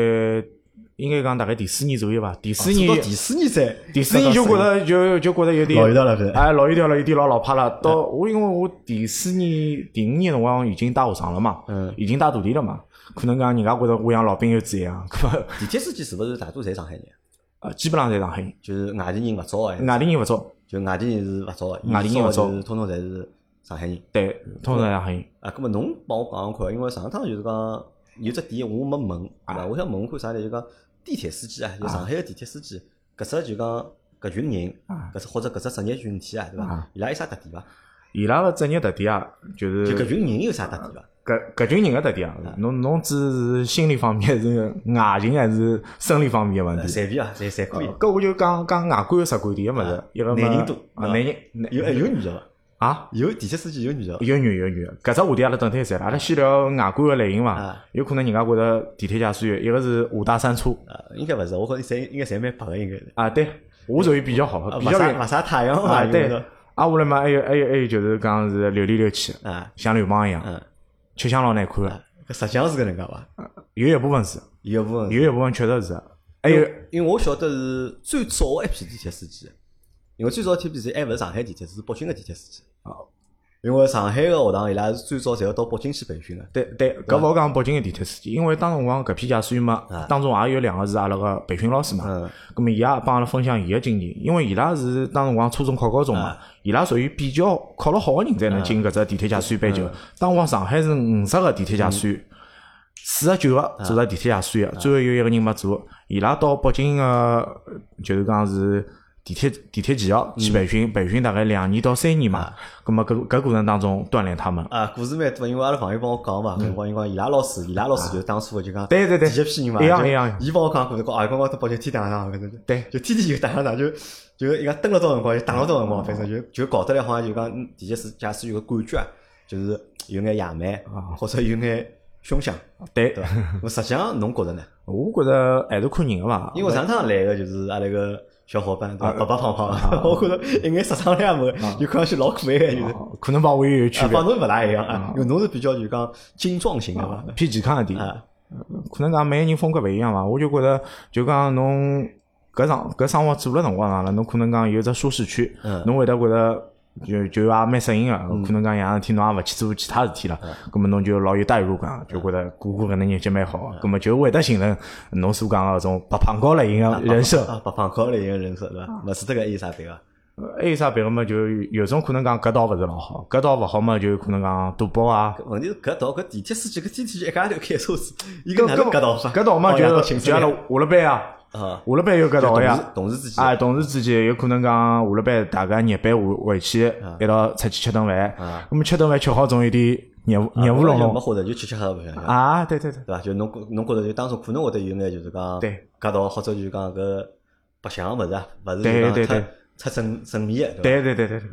Speaker 2: 应该讲大概第四年左右吧。第四
Speaker 1: 做
Speaker 2: 年
Speaker 1: 啊到，第四年才，
Speaker 2: 第四年就觉着就就觉着有点
Speaker 1: 老油条了是吧
Speaker 2: 哎，老油条了，嗯有点老老怕了。到我因为我第四年、第五年辰光已经带学生了嘛，
Speaker 1: 嗯
Speaker 2: 已经带徒弟了嘛，可能讲人家觉着我像老兵幼稚一 样，搿么
Speaker 1: 地铁司机是勿是大多侪上海人？
Speaker 2: 呃基本上侪上海人，
Speaker 1: 就是外地人勿招哎，
Speaker 2: 外地人勿招，
Speaker 1: 就外地人是勿招的，
Speaker 2: 外地人勿招
Speaker 1: 就是通通侪是上海人。
Speaker 2: 对，通常上海人。
Speaker 1: 啊，咁么侬帮我讲讲看，因为上趟就是讲有只点我没问，对
Speaker 2: 啊
Speaker 1: 伐？我想问看啥呢？就讲地铁司机啊，就上海个地铁司机，搿只就讲搿群人，
Speaker 2: 啊
Speaker 1: 搿只或者搿只职业群体啊，对伐
Speaker 2: 啊？
Speaker 1: 伊拉有啥特点伐？
Speaker 2: 伊拉个职业特点啊，就是
Speaker 1: 就搿群人有啥特点伐？
Speaker 2: 搿搿群人个特点啊，侬侬只是心理方面还是外形还是生理方面个问
Speaker 1: 呃
Speaker 2: 题？
Speaker 1: 随便啊，侪侪可以。
Speaker 2: 搿我就讲讲外观有啥观点个物事
Speaker 1: 啊，
Speaker 2: 一个嘛
Speaker 1: 男人多啊
Speaker 2: 啊，男人男
Speaker 1: 有哎有女的伐？
Speaker 2: 啊。
Speaker 1: 有地铁司机有女的伐？
Speaker 2: 有女有女，搿只话题阿拉等天再聊。阿拉先聊外观个类型
Speaker 1: 啊
Speaker 2: 伐？有可能人家觉着地铁驾驶员，一个是五大三粗
Speaker 1: 啊，应该勿是，我觉着侪应该侪蛮白个，应该是。
Speaker 2: 啊，对我属于比较好
Speaker 1: 啊，
Speaker 2: 比
Speaker 1: 勿
Speaker 2: 较
Speaker 1: 晒
Speaker 2: 远
Speaker 1: 勿晒太阳嘛，
Speaker 2: 啊，
Speaker 1: 应该
Speaker 2: 对
Speaker 1: 是。
Speaker 2: 挨下来嘛，还有还有还有就是讲是流里流气，
Speaker 1: 啊，
Speaker 2: 像流氓一样，
Speaker 1: 嗯，啊
Speaker 2: 吃相老难看个。
Speaker 1: 搿实际上是搿能介伐？
Speaker 2: 有一部分是，
Speaker 1: 有一部分是，
Speaker 2: 有一部分确实是。还有
Speaker 1: 因为我晓得是最早的一批地铁司机，因为最早的一批是还勿是上海地铁，是北京的地铁司机。
Speaker 2: 哦
Speaker 1: 因为上海个学堂伊拉是最早侪要到北京去培训个，
Speaker 2: 对对，搿勿好讲北京个地铁司机，因为当辰光搿批驾驶员嘛，当中也有两个是阿拉个培训老师嘛。
Speaker 1: 嗯，
Speaker 2: 咁么伊也帮阿拉分享伊个经验，因为伊拉是当辰光初中考高中嘛，伊拉属于比较考了好个人才能进搿只地铁驾驶员班级。当辰光上海是五十个地铁驾驶员，四十九个做了地铁驾驶员，最后有一个人没做。伊拉到北京个就是讲是地铁地铁技校去培训，培训大概两年到三年嘛。咁么搿搿过程当中锻炼他们。
Speaker 1: 啊，故事蛮多，因为阿拉朋友帮我讲嘛，
Speaker 2: 嗯
Speaker 1: 搿辰光伊讲伊拉老师，伊拉老师就是当初个就讲
Speaker 2: 对对对
Speaker 1: 第一批人嘛，
Speaker 2: 一样
Speaker 1: 就
Speaker 2: 一样
Speaker 1: 伊帮我讲过辰光，啊，伊帮我到北京天打上，搿种
Speaker 2: 对
Speaker 1: 就天天就打上打，就就伊讲蹲了多少辰光，就打了多少辰
Speaker 2: 哦
Speaker 1: 光，反正就就搞得来好像就讲嗯地铁司驾驶员个感觉啊，就是有眼野蛮，
Speaker 2: 哦
Speaker 1: 或者有眼凶相，
Speaker 2: 对
Speaker 1: 对，伐？ 那实际上侬觉着呢？
Speaker 2: 我觉着还是看人个啊伐。
Speaker 1: 因为上趟来个就是阿拉个小伙
Speaker 2: 哦
Speaker 1: 伴，对伐？白白胖胖， 我觉着一眼杀伤力也没，就看上去老可爱个，就是。
Speaker 2: 哦可能吧，我也有区
Speaker 1: 啊，
Speaker 2: 别哦
Speaker 1: 帮，侬勿大一样啊，因为侬是比较就讲精壮型个嘛，
Speaker 2: 偏健康一点。
Speaker 1: 啊，
Speaker 2: 可能讲每个人风格勿一样伐，我就觉着就讲侬搿生搿生活做了辰光长了，侬可能讲有只舒适区
Speaker 1: 嗯，
Speaker 2: 侬会得觉着就就也蛮适应个，可能讲样事体侬也勿去做其他事体了，
Speaker 1: 嗯
Speaker 2: 葛末侬就老有代入感，就觉着过过搿能日节蛮好，啊
Speaker 1: 嗯
Speaker 2: 葛末就会得形成侬所讲个搿种白胖高类型个人设。哦
Speaker 1: 啊，白胖高类型个人设对伐？勿是迭个还有啥别个？
Speaker 2: 呃还有啥别个嘛？就有种可能讲搿道勿是老好，搿道勿好嘛，就可能讲赌博啊。
Speaker 1: 搿问题是搿道搿地铁司机搿天天就一家头开车子，伊搿哪能搿道法？
Speaker 2: 搿道嘛，
Speaker 1: 哦
Speaker 2: 就
Speaker 1: 呀
Speaker 2: 就阿拉下了班啊，
Speaker 1: 啊，
Speaker 2: 下了班有搿道
Speaker 1: 同
Speaker 2: 个呀
Speaker 1: 事。同事之间
Speaker 2: 啊，同事之间有可能讲下了班，大家夜班回回去一道出去吃顿饭。
Speaker 1: 啊
Speaker 2: 咁么吃顿饭吃好，总有点热乎热乎
Speaker 1: 龙
Speaker 2: 隆
Speaker 1: 没
Speaker 2: 隆
Speaker 1: 或者就吃吃喝喝白相相，
Speaker 2: 啊！对对对，
Speaker 1: 对伐？就侬觉侬觉着就当中可能会得有眼就是讲
Speaker 2: 对
Speaker 1: 搿道或者就讲搿白相个物事啊，勿是
Speaker 2: 对
Speaker 1: 就
Speaker 2: 对
Speaker 1: 讲
Speaker 2: 对
Speaker 1: 出出正正面个，伐？
Speaker 2: 对对对对对，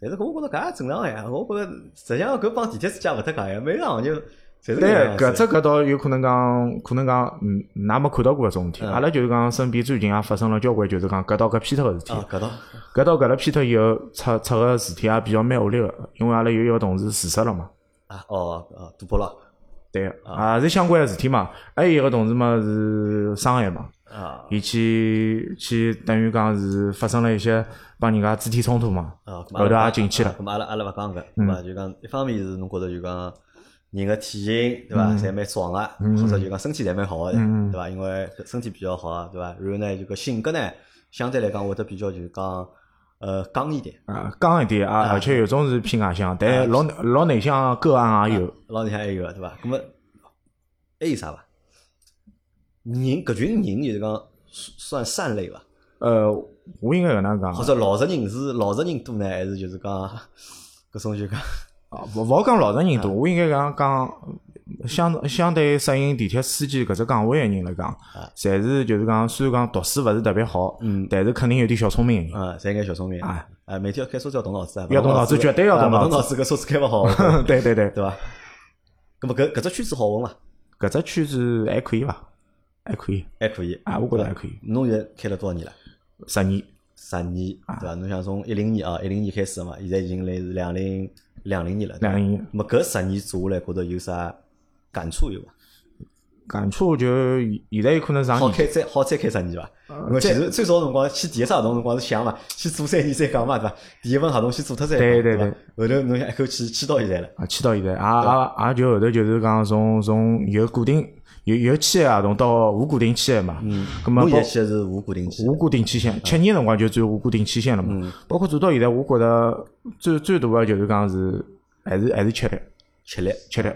Speaker 1: 但是搿我觉着搿也正常呀，我觉着实际上搿帮地铁司机也勿搭界呀，每个行业侪是
Speaker 2: 对搿
Speaker 1: 搿
Speaker 2: 只搿道有可能讲，可能讲，嗯，㑚没看到过搿种事体。阿拉就是讲，身边最近也发生了交关，就是讲搿道搿偏脱个事体。
Speaker 1: 啊搿道
Speaker 2: 搿道搿搭偏脱以后，出出个事体也比较蛮恶劣个，因为阿拉有一个同事自杀了嘛。
Speaker 1: 啊哦啊赌博了
Speaker 2: 对，也是相关个事体嘛。还有一个同事嘛是伤害嘛。
Speaker 1: 啊
Speaker 2: 伊去去等于讲是发生了一些帮人家肢体冲突嘛，
Speaker 1: 啊，搿么
Speaker 2: 后头
Speaker 1: 阿拉
Speaker 2: 也进去了嗯
Speaker 1: 啊。搿么阿拉阿拉勿讲搿，对伐？就讲一方面是侬觉着就讲人个体型对伐，
Speaker 2: 嗯
Speaker 1: 侪蛮壮个，或者就讲身体侪蛮好个，对伐？因为身体比较好啊，对伐？然后呢，就搿性格呢，相对来讲会得比较就是讲呃刚一点，
Speaker 2: 啊，刚一点啊，而啊且有种是偏外向，但老老内向个案也有。
Speaker 1: 老里向还有个对伐？搿么还有啥伐？人搿群人就是讲算善类伐？
Speaker 2: 呃，我应该搿能讲，
Speaker 1: 或者老实人是老实人多呢，还是就是讲搿种就讲
Speaker 2: 啊勿勿好讲老实人多，我应该讲讲相相对适应地铁司机搿只岗位个人来讲，侪是就是讲虽然讲读书勿是特别好，但是肯定有点小聪明个人。
Speaker 1: 啊，侪眼小聪明
Speaker 2: 啊，
Speaker 1: 啊，每天要开车子要动脑子啊，
Speaker 2: 要动脑子
Speaker 1: 勿
Speaker 2: 绝对要动
Speaker 1: 啊勿
Speaker 2: 脑子
Speaker 1: 动脑子，搿车子开勿好， 对
Speaker 2: 对对对，
Speaker 1: 伐？咁么搿搿只圈子好混伐？
Speaker 2: 搿只圈子还可以伐？还可以
Speaker 1: 还可以，
Speaker 2: 啊，我觉着还可以，
Speaker 1: 侬现在开了多少年了？
Speaker 2: 十年。
Speaker 1: 十年，
Speaker 2: 哎
Speaker 1: 对伐？侬想从一零年啊，一零年开始嘛，现在已经来是两零两零年了，对伐
Speaker 2: 两零年。
Speaker 1: 咁么搿十年做下来，觉着有啥感触有伐？
Speaker 2: 感触就现在有可能上
Speaker 1: 好
Speaker 2: 年纪呃
Speaker 1: 开再好再开十年伐？因为其实最早辰光签第一只合同辰光是想嘛，先做三年再讲嘛，对伐？第一份合同先做脱再讲，
Speaker 2: 对对
Speaker 1: 伐？后头侬想一口气签到现在了，
Speaker 2: 啊，签到现在，也也也就后头就是讲从从有固定有有签约合同到无固定签约嘛，嗯，咁么
Speaker 1: 侬
Speaker 2: 包
Speaker 1: 现在签是无固定期，
Speaker 2: 无固定期限，七年辰光就转无固定期限了
Speaker 1: 嗯
Speaker 2: 嘛，包括做到现在，我觉得最最大的就是讲是还是还是吃力
Speaker 1: 吃力。
Speaker 2: 吃力，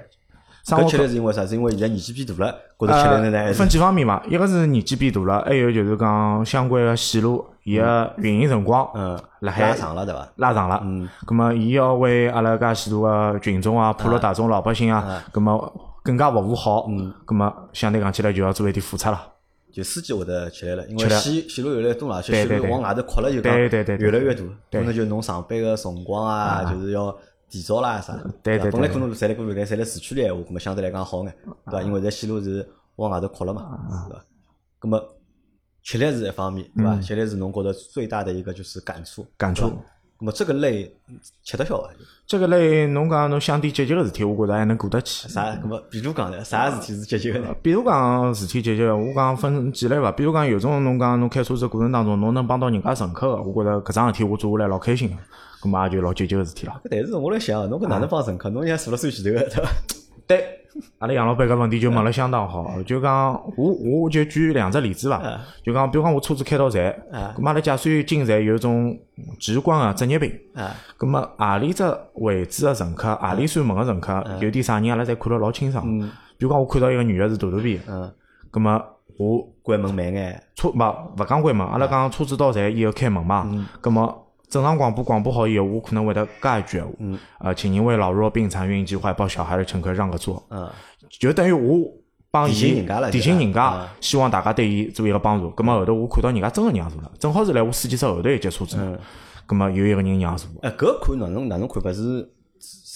Speaker 2: 生
Speaker 1: 搿
Speaker 2: 活
Speaker 1: 吃力是因为啥？是因为现在年纪变大了，觉着吃力呢？还
Speaker 2: 呃
Speaker 1: 是
Speaker 2: 分几方面嘛，一个是年纪变大了，还有就是讲相关的线路伊个运营辰光，
Speaker 1: 嗯，
Speaker 2: 辣海
Speaker 1: 拉长了对伐？
Speaker 2: 拉长了，嗯，咁么伊要为阿拉介许多个群众啊、普罗大众、老百姓啊，咁么更加服务好，嗯，咁么相对讲起来就要做一点付出了，
Speaker 1: 就司机会得吃力了，因
Speaker 2: 吃
Speaker 1: 为
Speaker 2: 力
Speaker 1: 线线路越来越多了，而且
Speaker 2: 对对
Speaker 1: 线路
Speaker 2: 对
Speaker 1: 往外头扩了就讲
Speaker 2: 对对对对
Speaker 1: 越来越大，
Speaker 2: 对
Speaker 1: 可能就侬上班个辰光啊，就是要提早啦啥。
Speaker 2: 对对
Speaker 1: 伐
Speaker 2: 对
Speaker 1: 本来可能侪辣搿原来侪辣市区里闲话，咾么相对来讲好眼，对伐？因为现在线路是往外头扩了嘛，是伐？咾嗯么吃力是一方面，对伐？吃力是侬觉着最大的一个就是感触，
Speaker 2: 感触
Speaker 1: 对伐。那么这个类吃得消伐？啊
Speaker 2: 这个类侬讲侬想点积极个事体，我觉着还能过得去。
Speaker 1: 啥？那么比如讲呢，啥事体是积极个呢？
Speaker 2: 比如讲事体解决，我讲分几类伐。比如讲有种侬讲侬开车子过程当中，侬能帮到人家乘客个，我觉着搿桩事体我做下来老开心个，葛末也就老积极个事体了。
Speaker 1: 但是我辣想，侬搿哪能帮乘客？侬人家坐辣最前头个，嗯对伐？
Speaker 2: 对，阿拉杨老板搿问题就问了相当好，就讲我我就举两只例子伐，就讲比如讲我车子开到站，
Speaker 1: 啊
Speaker 2: 葛末阿拉驾驶员进站有一种直观个职业病，
Speaker 1: 啊，
Speaker 2: 葛末何里只位置个乘客，何里扇门个乘客，有点啥人阿拉侪看了老清爽。比如讲我看到一个女个是大肚皮，
Speaker 1: 嗯，
Speaker 2: 葛末啊我
Speaker 1: 关门慢眼，
Speaker 2: 车勿勿讲关门，阿拉讲车子到站以后开门嘛，葛末。正常广播广播好以后，我可能会得加一句闲话，呃，请您为老弱病残、孕及怀抱小孩的乘客让个座。
Speaker 1: 嗯，
Speaker 2: 就等于我帮伊
Speaker 1: 提醒人家了
Speaker 2: 提醒人
Speaker 1: 对吧
Speaker 2: 家，希望大家对伊做一个帮助。咁么后头我看到人家真个让座了，正好是来我司机室后头一节车子嘛。咁么有一个人让座，
Speaker 1: 哎，搿看哪能哪能看法是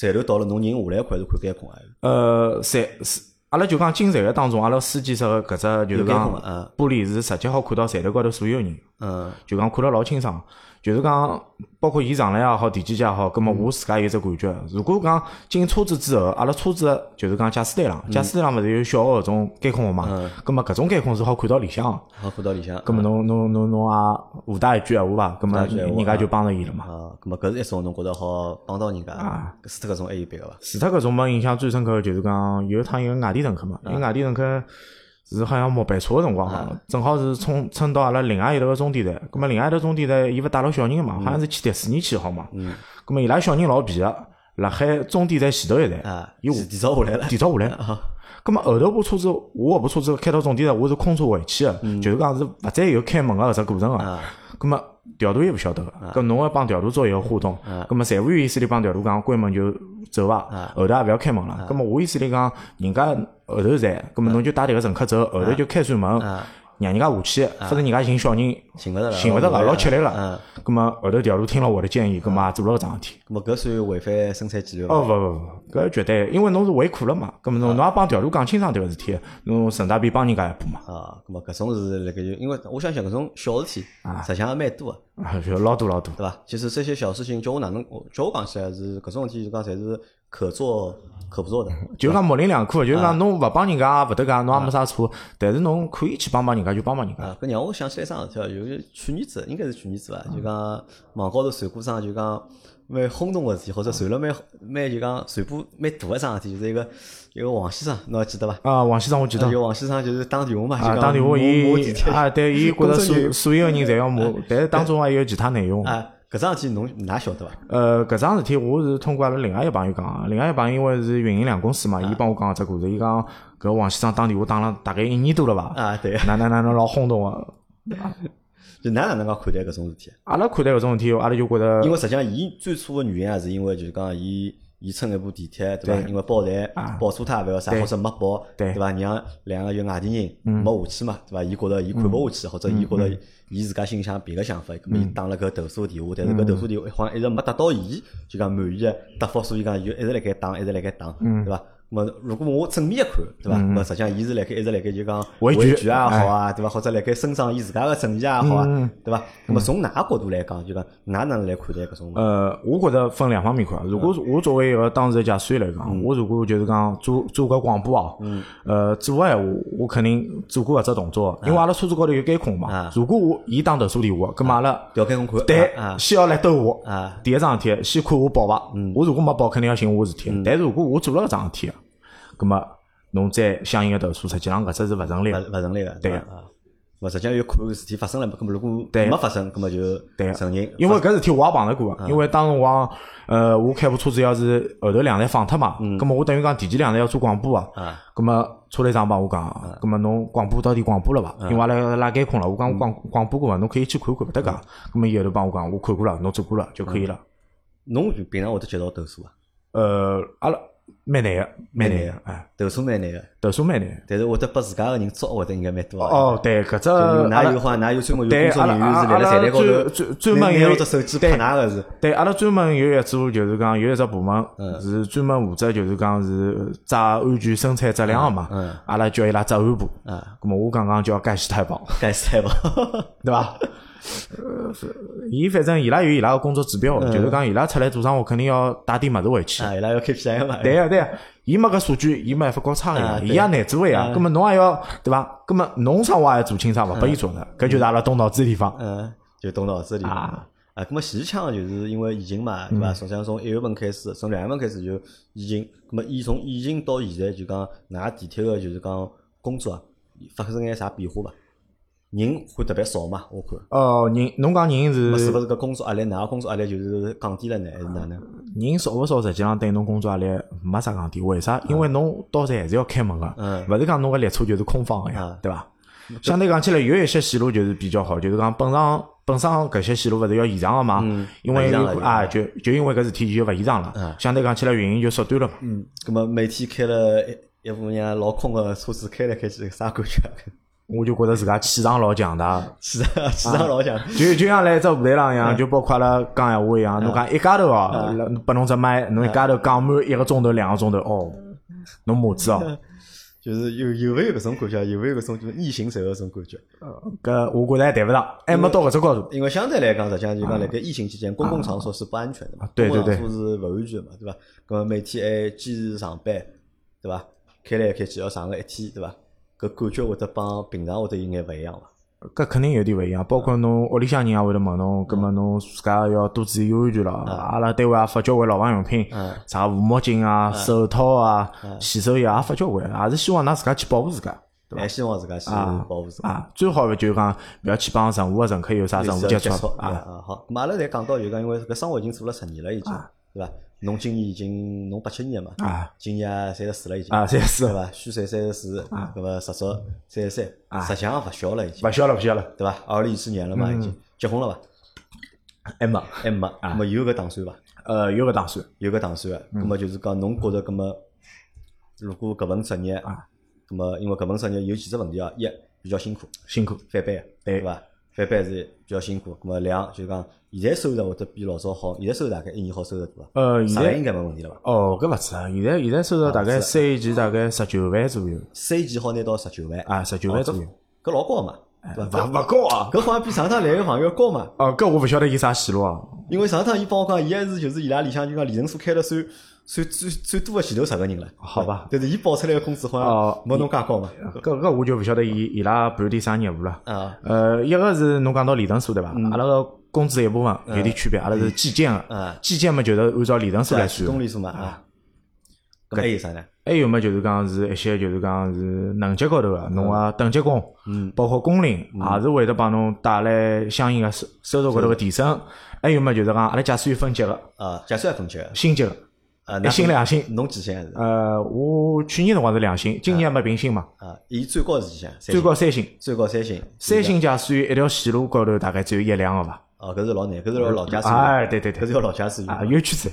Speaker 1: 站头到了，侬人下来看还是看监控啊？
Speaker 2: 呃，在是阿拉就讲进站个当中，阿拉司机室个搿只就是
Speaker 1: 监
Speaker 2: 讲
Speaker 1: 控啊
Speaker 2: 玻璃是直接好看到站头高头所有人，
Speaker 1: 嗯，
Speaker 2: 就讲看了老清爽。就是讲，包括伊上来也好，第几节也好，咁么我自家有只感觉。如果讲进车子之后，阿拉车子就是讲驾驶台上，驾驶台上勿是有小个搿种监控个嘛？咁么搿种监控是好看到里向个。
Speaker 1: 好看到里向。
Speaker 2: 咁么侬侬侬侬也附带一句闲话伐？咁么
Speaker 1: 附带一句闲话
Speaker 2: 人家就帮着伊了嘛。
Speaker 1: 啊，搿么搿是一种侬觉得好帮到人家，搿除脱搿种还有别个伐？
Speaker 2: 除脱搿种，没印象最深刻的就是讲有一趟有个外地乘客嘛，一个外地乘客是好像末班车个辰光好像，正好是冲蹭到阿拉另外一头个终点站。咁么另外一头终点站伊勿带牢小人个嘛，好像是去迪士尼去好嘛。咁么伊拉小人老皮个，辣海终点站前头一站，
Speaker 1: 啊，
Speaker 2: 有
Speaker 1: 提早下来了，
Speaker 2: 提早下来。咁么后头部车子，我搿部车子开到终点站，我是空车回去个，就是讲是勿再有开门个搿只过程个。
Speaker 1: 啊，
Speaker 2: 咁么调度也勿晓得个，咁侬要帮调度做一个互动，咁么侪会有意思里帮调度讲关门就走伐，后头也勿要开门了。咁么我意思里讲，人家后头站，咁么侬就带迭个乘客走，后头就开扇门，让人家下去，否则人家寻小人
Speaker 1: 寻勿着了，
Speaker 2: 寻勿着个，老吃力
Speaker 1: 嗯
Speaker 2: 个。咁么后头调度听了我的建议，咁么也做了搿桩事体。
Speaker 1: 搿么搿算违反生产纪律伐？
Speaker 2: 哦，勿勿勿，搿绝对，因为侬是为苦了嘛，咁么
Speaker 1: 啊
Speaker 2: 侬侬也帮调度讲清爽迭个事体，侬顺带便帮人家一步嘛，
Speaker 1: 啊，咁么搿种是辣盖就，因为我想想搿种小事体，实际上也蛮多个，
Speaker 2: 啊， 就老多老多。
Speaker 1: 对伐？其实这些小事情，叫我哪能，叫我讲起来是搿种事体，就讲侪是可做可不 做的。
Speaker 2: 就讲模棱两可的，就是
Speaker 1: 啊
Speaker 2: 讲侬勿帮人家也勿得讲，侬也没啥错，但是侬可以去帮帮人家就帮帮人家。
Speaker 1: 啊，搿让我想起来一桩事体啊，有一去年子应该是去年子伐，就讲网高头传过桩就讲蛮轰动个事体，或者传了蛮蛮就讲传播蛮大个桩事体，就是一个一个王先生，侬还记得伐？
Speaker 2: 啊，王先生我记得
Speaker 1: 啊，有王先生就是打电话嘛，就
Speaker 2: 啊，
Speaker 1: 讲
Speaker 2: 打电话
Speaker 1: 骂地
Speaker 2: 伊
Speaker 1: 铁
Speaker 2: 啊，对伊觉
Speaker 1: 公
Speaker 2: 得
Speaker 1: 司
Speaker 2: 所
Speaker 1: 有
Speaker 2: 所有人侪要骂，但是当中还有其他内容。
Speaker 1: 啊，搿桩事体侬㑚晓得伐？
Speaker 2: 呃，搿桩事体我是通过阿拉另外一朋友讲啊，另外一朋友因为是运营两公司
Speaker 1: 啊
Speaker 2: 嘛，伊帮我讲搿只故事，伊讲搿王先生打电话打了大概一年多了伐，
Speaker 1: 啊，对，
Speaker 2: 哪哪哪能老轰动啊！
Speaker 1: 就㑚哪能介看待搿种事体？
Speaker 2: 阿拉看待搿种事体，阿拉就觉
Speaker 1: 因
Speaker 2: 得
Speaker 1: 为实际上，伊最初个原因也是因为就是讲伊伊乘一部地铁，对伐？因为报站报错他也勿要啥，或者没报，
Speaker 2: 啊对嗯
Speaker 1: 对伐？让两个有外地人没下去嘛，对伐？伊觉着伊看勿下去，或者伊觉着伊自家心里想别个想法，咁伊
Speaker 2: 嗯
Speaker 1: 打了搿投诉电话，但是搿投诉电话好像一直没得到伊就讲满意个答复，所以讲伊就一直辣盖打，一直辣盖打，
Speaker 2: 嗯
Speaker 1: 对伐？咁么如果我正面一看，对伐？咁么实际上伊是辣盖一直辣盖就讲
Speaker 2: 维权哎
Speaker 1: 权也好啊，对伐？或者辣盖伸张伊自家个正义也好
Speaker 2: 嗯
Speaker 1: 啊，对伐？咁么从㑚角度来讲，就讲㑚哪能来看待搿种？
Speaker 2: 呃，我觉得分两方面看。如果是
Speaker 1: 嗯
Speaker 2: 我作为一个当事的驾驶员来讲，我如果就是讲做做个广播啊，
Speaker 1: 嗯
Speaker 2: 呃，做个闲话，我肯定做过搿只动作，因为阿拉车子高头有监控嘛
Speaker 1: 啊。
Speaker 2: 如果我伊打投诉电话，咁嘛阿拉
Speaker 1: 调监控看，
Speaker 2: 对
Speaker 1: 啊
Speaker 2: 先要来兜我
Speaker 1: 啊。嗯
Speaker 2: 第一桩事体，先看我报伐。我如果没报，肯定要寻我事体。但是如果我做了搿桩事体，咁么侬再相应的投诉，实际上搿只是勿成立
Speaker 1: 勿
Speaker 2: 的。
Speaker 1: 勿成立个，
Speaker 2: 对
Speaker 1: 伐啊。勿实际上有可能事体发生了嘛，搿么如果
Speaker 2: 对
Speaker 1: 没发生，搿么就
Speaker 2: 对
Speaker 1: 承认。
Speaker 2: 因为搿事体我也碰着过，啊因为当辰光，呃，我开部车子要是后头两站放脱嘛，咁么我等于讲前几两站要做广播啊，
Speaker 1: 啊
Speaker 2: 咁么车队长帮我讲啊，咁么侬广播到底广播了伐？因为阿拉拉监控了，我讲我广广播过伐？侬可以去看看，勿得讲。咁么伊后头帮我讲，我看过了，侬做过了就可以了。
Speaker 1: 侬平常会得接啊到投诉伐？
Speaker 2: 呃，阿拉蛮难个，蛮难个，哎，
Speaker 1: 投诉蛮难个，
Speaker 2: 投诉蛮难的。
Speaker 1: 但是会得拨自家个人捉获得应该蛮多个。
Speaker 2: 哦，对，搿只
Speaker 1: 因为
Speaker 2: 阿
Speaker 1: 㑚
Speaker 2: 拉
Speaker 1: 有好像㑚有专门有
Speaker 2: 对
Speaker 1: 工作
Speaker 2: 阿拉
Speaker 1: 人员是辣
Speaker 2: 阿拉
Speaker 1: 辣站台高头
Speaker 2: 专专门
Speaker 1: 拿
Speaker 2: 有
Speaker 1: 拿只手机
Speaker 2: 对
Speaker 1: 拍㑚个是。
Speaker 2: 对，阿拉专门有一组，就是讲有一只部门
Speaker 1: 嗯
Speaker 2: 是专门负责，就是讲是抓安全生产质量个嘛。
Speaker 1: 嗯
Speaker 2: 阿拉叫伊拉执安部。
Speaker 1: 啊
Speaker 2: 咁么我刚刚叫感谢太棒，
Speaker 1: 该塞伐？
Speaker 2: 对伐？呃伊反正伊拉有伊拉个工作指标，
Speaker 1: 嗯
Speaker 2: 就是讲伊拉出来做生活，肯定要带点物事回去。
Speaker 1: 啊，伊拉要 KPI 嘛，
Speaker 2: 对呀对呀，伊没搿数据，伊没办法搞差个
Speaker 1: 啊
Speaker 2: 呀，
Speaker 1: 对嗯
Speaker 2: 伊也难做呀。葛末侬也要对伐？葛末侬生活也要做清爽，勿拨伊做呢，搿就是阿拉动脑子个地方。
Speaker 1: 嗯，就动脑子里面
Speaker 2: 啊。
Speaker 1: 啊，那么前腔就是因为疫情嘛，对伐？实际上从一月份开始，从两月份开始就疫情，那么疫从疫情到现在就讲，㑚地铁个就是讲工作啊，发生眼啥变化伐？人会特别少嘛？我看，
Speaker 2: 哦，人侬讲人
Speaker 1: 那么是
Speaker 2: 是
Speaker 1: 勿是搿工作压力，㑚个工作压力就是降低了呢，还是哪能？
Speaker 2: 人少勿少，实际上对侬工作压力没啥讲点。为啥？因为侬到站还是要开门
Speaker 1: 嗯
Speaker 2: 个，勿是讲侬个列车就是空放个
Speaker 1: 啊
Speaker 2: 呀，对伐？相对讲起来，有一些线路就是比较好，就是讲本上本身搿些线路勿是要延长个嘛
Speaker 1: 嗯，
Speaker 2: 因为
Speaker 1: 延长了
Speaker 2: 有
Speaker 1: 延
Speaker 2: 啊，
Speaker 1: 长
Speaker 2: 就就因为搿事体就勿延长
Speaker 1: 嗯
Speaker 2: 了，相对讲起来运营就缩短了嘛。
Speaker 1: 嗯，那么每天开了一一部像老空个车子开来开去，啥感觉？
Speaker 2: 我就觉着自家气场老强大，
Speaker 1: 气场气场老强，
Speaker 2: 就就像来只舞台上一
Speaker 1: 嗯
Speaker 2: 样，就包括阿拉讲闲话一样，侬讲一家头哦，来拨侬只麦，侬一家头讲满一个钟头、两个钟头哦，
Speaker 1: 嗯
Speaker 2: 侬母子 哦，
Speaker 1: 就是有有没有搿种感觉？有没有搿种就是逆行者搿种感觉？
Speaker 2: 搿我觉着还谈勿上，还没到搿只高度。
Speaker 1: 因为相对来讲，实际上就讲辣盖疫情期间，公共场所是不安全的嘛，
Speaker 2: 啊对
Speaker 1: 公共
Speaker 2: 对对
Speaker 1: 场所是勿安全的嘛，对伐？搿么每天还坚持上班，对伐？开来开去要上个一天，对伐？搿感觉会得帮平常会得有眼勿一样伐？
Speaker 2: 搿肯定有点勿一样，包括侬屋里向人也会得问侬，葛末侬自家要多注意安全咯。阿拉单位也发交关老防用品
Speaker 1: 嗯，
Speaker 2: 啥护目镜啊、手套啊、洗手液也发交关，也是希望㑚自家去保护自家。对伐
Speaker 1: 还希望自家先
Speaker 2: 啊
Speaker 1: 保护自家。
Speaker 2: 啊，最好勿就是讲勿要去帮任何个乘客有啥任何接
Speaker 1: 接
Speaker 2: 触
Speaker 1: 触对伐
Speaker 2: 啊。
Speaker 1: 啊，好，咁阿拉侪讲到就讲，因为搿生活已经做了十年了，已经对伐？侬今年已经侬八七年的嘛，
Speaker 2: 啊
Speaker 1: 今年三十四了已经
Speaker 2: 啊，
Speaker 1: 对
Speaker 2: 三啊是
Speaker 1: 伐？虚岁三十四，搿么实足三十三，
Speaker 2: 啊
Speaker 1: 实际上勿小了已经。
Speaker 2: 勿晓了，勿晓了，
Speaker 1: 对伐？二零一四年了
Speaker 2: 嗯
Speaker 1: 嘛，已经结婚了伐？
Speaker 2: 还没。
Speaker 1: 还哎没，
Speaker 2: 啊
Speaker 1: 那么有搿打算伐？
Speaker 2: 呃，有搿打算。
Speaker 1: 有搿打算个，那么就是讲侬觉着，那么如果搿份职业，
Speaker 2: 啊
Speaker 1: 那么因为搿份职业有几只问题啊，一比较辛苦，
Speaker 2: 辛苦，
Speaker 1: 翻倍，
Speaker 2: 对
Speaker 1: 伐？翻倍是比较辛苦，那么两就是讲现在收入会得比老早好，现在收入大概一年好收入对伐？
Speaker 2: 呃，现
Speaker 1: 上来
Speaker 2: 在
Speaker 1: 应该没问题了伐？
Speaker 2: 哦，搿勿止啊，现在现在收入大概三一期大概十九万左右
Speaker 1: 三期好拿到十九万，
Speaker 2: 啊，十九万左右，
Speaker 1: 搿老高嘛，对
Speaker 2: 勿
Speaker 1: 伐？
Speaker 2: 勿高啊。
Speaker 1: 搿好像比上趟来个朋友高嘛，
Speaker 2: 哦，搿我勿晓得伊啥线路啊。
Speaker 1: 因为上趟伊帮我讲，伊还是就是伊拉里向就讲里程数开了算算最最多的前头十个人了，
Speaker 2: 好吧
Speaker 1: 但是伊报出来的工资好
Speaker 2: 哦
Speaker 1: 像没侬介高嘛。
Speaker 2: 搿搿我就勿晓得伊伊拉盘点啥业务了。
Speaker 1: 啊，
Speaker 2: 呃，一个是侬讲到里程数对伐？阿拉个工资一部分有点区别，阿拉是计件
Speaker 1: 嗯
Speaker 2: 个，计件嘛就是按照里程数来
Speaker 1: 是
Speaker 2: 算
Speaker 1: 公
Speaker 2: 的。嗯
Speaker 1: 里数嘛啊。搿还有啥呢？
Speaker 2: 还有么就是讲是一些就是讲是能级高头个，侬个等级工，
Speaker 1: 嗯
Speaker 2: 包括工龄，也是会得帮侬带来相应个收收入高头个提
Speaker 1: 嗯
Speaker 2: 升。还有么就是讲阿拉假使有分级个，
Speaker 1: 啊，假设要分级，
Speaker 2: 星级个，
Speaker 1: 啊，
Speaker 2: 一星
Speaker 1: 两
Speaker 2: 两星。
Speaker 1: 侬几星还是？
Speaker 2: 呃，我去年辰光是两星，今年还没评星嘛，
Speaker 1: 啊，伊最高是几星？三
Speaker 2: 最
Speaker 1: 星
Speaker 2: 高三星。
Speaker 1: 最高三星。
Speaker 2: 三星假使有一条线路高头大概只有一辆个伐？
Speaker 1: 啊，搿是老难，搿是要老家子，
Speaker 2: 哎，对对
Speaker 1: 搿
Speaker 2: 对
Speaker 1: 是，要老家子
Speaker 2: 啊，有圈子。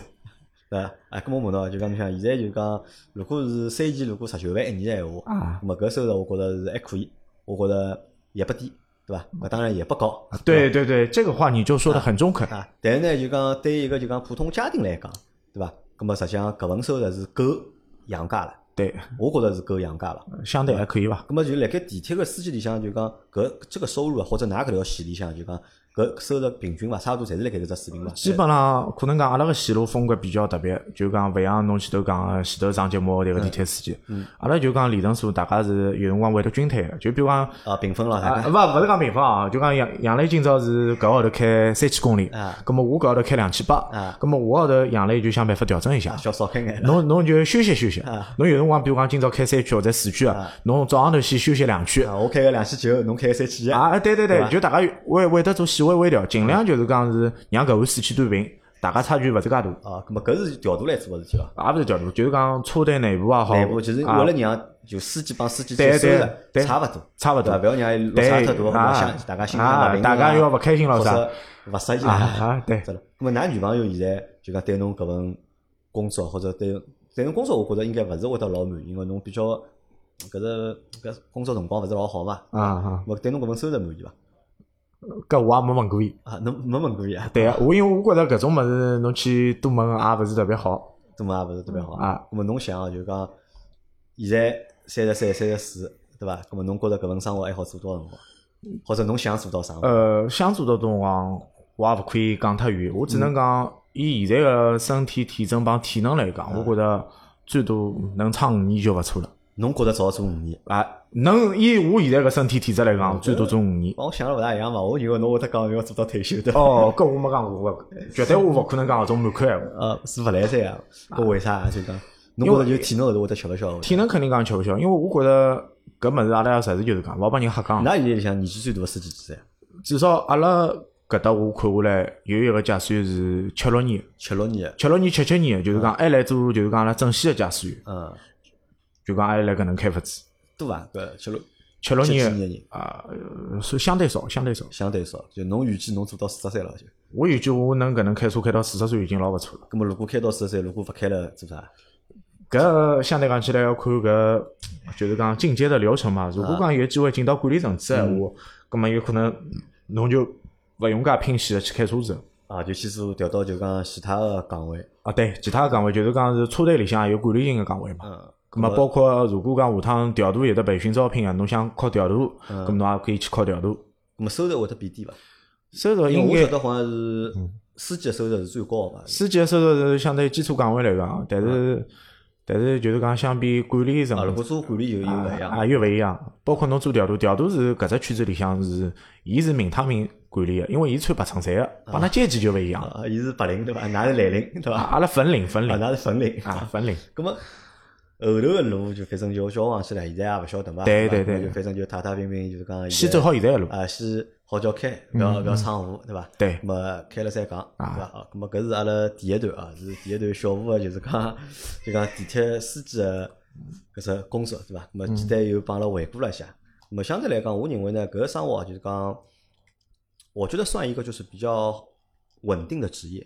Speaker 1: 对伐？啊，搿么问到就讲，侬想现在就讲，如果是三期，如果十九万一年的闲话，
Speaker 2: 啊
Speaker 1: 那么搿收入我觉着是还可以，我觉着也不低，对伐？那当然也不高，
Speaker 2: 对对对，这个话你就说的很中肯。
Speaker 1: 啊，但是呢，就讲对于一个就讲普通家庭来讲，对伐？葛么实际上搿份收入是够养家了，
Speaker 2: 对，
Speaker 1: 我觉着是够养家了。
Speaker 2: 相对还可以吧。
Speaker 1: 葛么就辣盖地铁个司机里向，就讲搿这个收入啊，或者㑚搿条线里向，就讲搿收入平均伐，差勿多侪是辣盖搿只水平伐？
Speaker 2: 基本上可能讲阿拉个线路风格比较特别，就讲勿像侬前头讲个前头上节目迭个地铁司机，
Speaker 1: 嗯
Speaker 2: 阿拉就讲里程数大家是有辰光会得均摊个，就比如讲。
Speaker 1: 啊，评分了，大
Speaker 2: 啊，
Speaker 1: 概
Speaker 2: 勿勿是讲平方啊，就讲杨杨磊今朝是搿个号头开三千公里，
Speaker 1: 啊
Speaker 2: 咁么我搿号头开两千八
Speaker 1: 啊，
Speaker 2: 咁么我号头杨磊就想办法调整一 下，
Speaker 1: 小少开眼了。
Speaker 2: 侬侬就休息休息
Speaker 1: 啊，
Speaker 2: 侬有辰光比如讲今朝开三区或者四区啊，侬早上头先休息两区，
Speaker 1: 啊，我开个两千九，侬开个三千一，
Speaker 2: 啊，对对
Speaker 1: 对
Speaker 2: 对
Speaker 1: 吧，
Speaker 2: 就大家会会得做细微微调，尽量就是讲是让搿碗水气端平，大家差距勿是介大，
Speaker 1: 啊，葛么搿是调度来做个事体伐？
Speaker 2: 也勿是调大，就是讲车队内部也好，
Speaker 1: 内部就是
Speaker 2: 啊
Speaker 1: 为了让就司机帮司机
Speaker 2: 对
Speaker 1: 之间收入
Speaker 2: 对对
Speaker 1: 差勿多，
Speaker 2: 差勿
Speaker 1: 对伐？
Speaker 2: 多
Speaker 1: 勿。要让伊落差太大，
Speaker 2: 对
Speaker 1: 或者
Speaker 2: 啊
Speaker 1: 想大家心里
Speaker 2: 啊
Speaker 1: 勿平衡啊
Speaker 2: 大家要勿开心了
Speaker 1: 或者
Speaker 2: 啥
Speaker 1: 勿适意
Speaker 2: 啊
Speaker 1: 啊
Speaker 2: 啊，对，
Speaker 1: 对了，那么㑚女朋友现在就讲对侬搿份工作，或者对对侬工作，我觉着应该勿是会得老满意，因为侬比较搿是搿工作辰光勿是老好嘛。
Speaker 2: 啊啊，
Speaker 1: 我对侬搿份收入满意伐？
Speaker 2: 搿我也没问过伊。
Speaker 1: 啊，侬没问过伊啊？
Speaker 2: 对啊，我因为我觉着搿种物事侬去多问也勿是特别好。
Speaker 1: 怎么也勿是特别好
Speaker 2: 啊。
Speaker 1: 那么侬想啊，就讲现在三十三、三十四，对伐？那么侬觉着搿份生活还好做多少辰光？或者侬想做到啥？
Speaker 2: 呃，相处的辰光，我也勿可以讲太远，我只能讲以现在个身体体征帮体能来讲，我觉着最多能撑五年就勿错了。
Speaker 1: 侬觉着至少做五年？
Speaker 2: 啊，能以我现在个身体体质来讲，最多做五年。
Speaker 1: 帮我想了勿大一样嘛，我以为侬会得讲要做到退休的。
Speaker 2: 哦，搿我没讲过，勿绝对我勿可能讲搿种满口闲话。
Speaker 1: 呃，是勿来三啊？搿为啥啊？就讲侬觉着就体能后头会得吃勿消？
Speaker 2: 体能肯定讲吃勿消，因为我觉着搿物事阿拉实事求是讲，勿好帮人瞎
Speaker 1: 㑚
Speaker 2: 讲。
Speaker 1: 现在里向年纪最大的司机几岁啊？
Speaker 2: 至少阿拉搿搭我看下来，有一个驾驶员是七六年的，
Speaker 1: 七六年的，
Speaker 2: 七六年、七七年的，就是讲嗯还来做，就是讲阿拉正西的驾驶员，
Speaker 1: 嗯，
Speaker 2: 就讲还来搿能开发子。
Speaker 1: 多啊，搿七六
Speaker 2: 七六
Speaker 1: 七几
Speaker 2: 年
Speaker 1: 年的人
Speaker 2: 啊，呃算相对少，相对少。
Speaker 1: 相对少，就侬预计侬做到四十岁了就。
Speaker 2: 我预计我能搿能开车开到四十岁已经老勿错了。
Speaker 1: 葛么如果开到四十岁，如果勿开了做啥？
Speaker 2: 搿相对讲起来要看搿，就是讲进阶的流程嘛。如果讲有机会进到管理层次的闲话，葛么有可能侬就勿用介拼死的去开车子。
Speaker 1: 啊，就去做调到就讲其他个岗位，
Speaker 2: 啊，对，其他的岗位就是讲是车队里向有管理型的岗位嘛。
Speaker 1: 嗯，
Speaker 2: 咁么包括如果讲下趟调度有得培训招聘啊，侬想考调度，咁侬也可以去考调度。
Speaker 1: 葛么收入会得变低伐？
Speaker 2: 收入
Speaker 1: 因
Speaker 2: 应
Speaker 1: 为我晓
Speaker 2: 该
Speaker 1: 得好像是司机的收入是最高的嘛，
Speaker 2: 司机的收入是相对于基础岗位来讲，但是但是就是讲相比管理层
Speaker 1: 嗯啊，如果做管理又又勿一样，
Speaker 2: 啊又勿一样。包括侬做调度，调度是搿只圈子里向是，伊是明他明管理的，因为伊穿白衬衫的，帮㑚阶级就勿一样。
Speaker 1: 啊，伊是白领对伐？㑚是蓝领对
Speaker 2: 啊
Speaker 1: 伐？
Speaker 2: 阿拉粉领粉
Speaker 1: 啊，
Speaker 2: 领
Speaker 1: 㑚是粉领
Speaker 2: 啊粉领，
Speaker 1: 咁么后头个路就反正就交往起来，现在也勿晓得嘛。
Speaker 2: 对
Speaker 1: 对吧
Speaker 2: 对对
Speaker 1: 就反正就踏踏平平，就是讲
Speaker 2: 先
Speaker 1: 现
Speaker 2: 走
Speaker 1: 在
Speaker 2: 好现在的路。
Speaker 1: 啊，先好叫开，勿要勿
Speaker 2: 嗯
Speaker 1: 要闯祸，对伐？
Speaker 2: 对
Speaker 1: 咁么开了再讲，对伐？啊，咁么搿是阿拉第一段啊，是第一段小吴个，就是讲就讲地铁司机个搿只工作，对伐？咁么简单又帮阿拉回顾了一下。咁么相对来讲，我认为呢，搿个生活啊就是讲，我觉得算一个就是比较稳定的职业。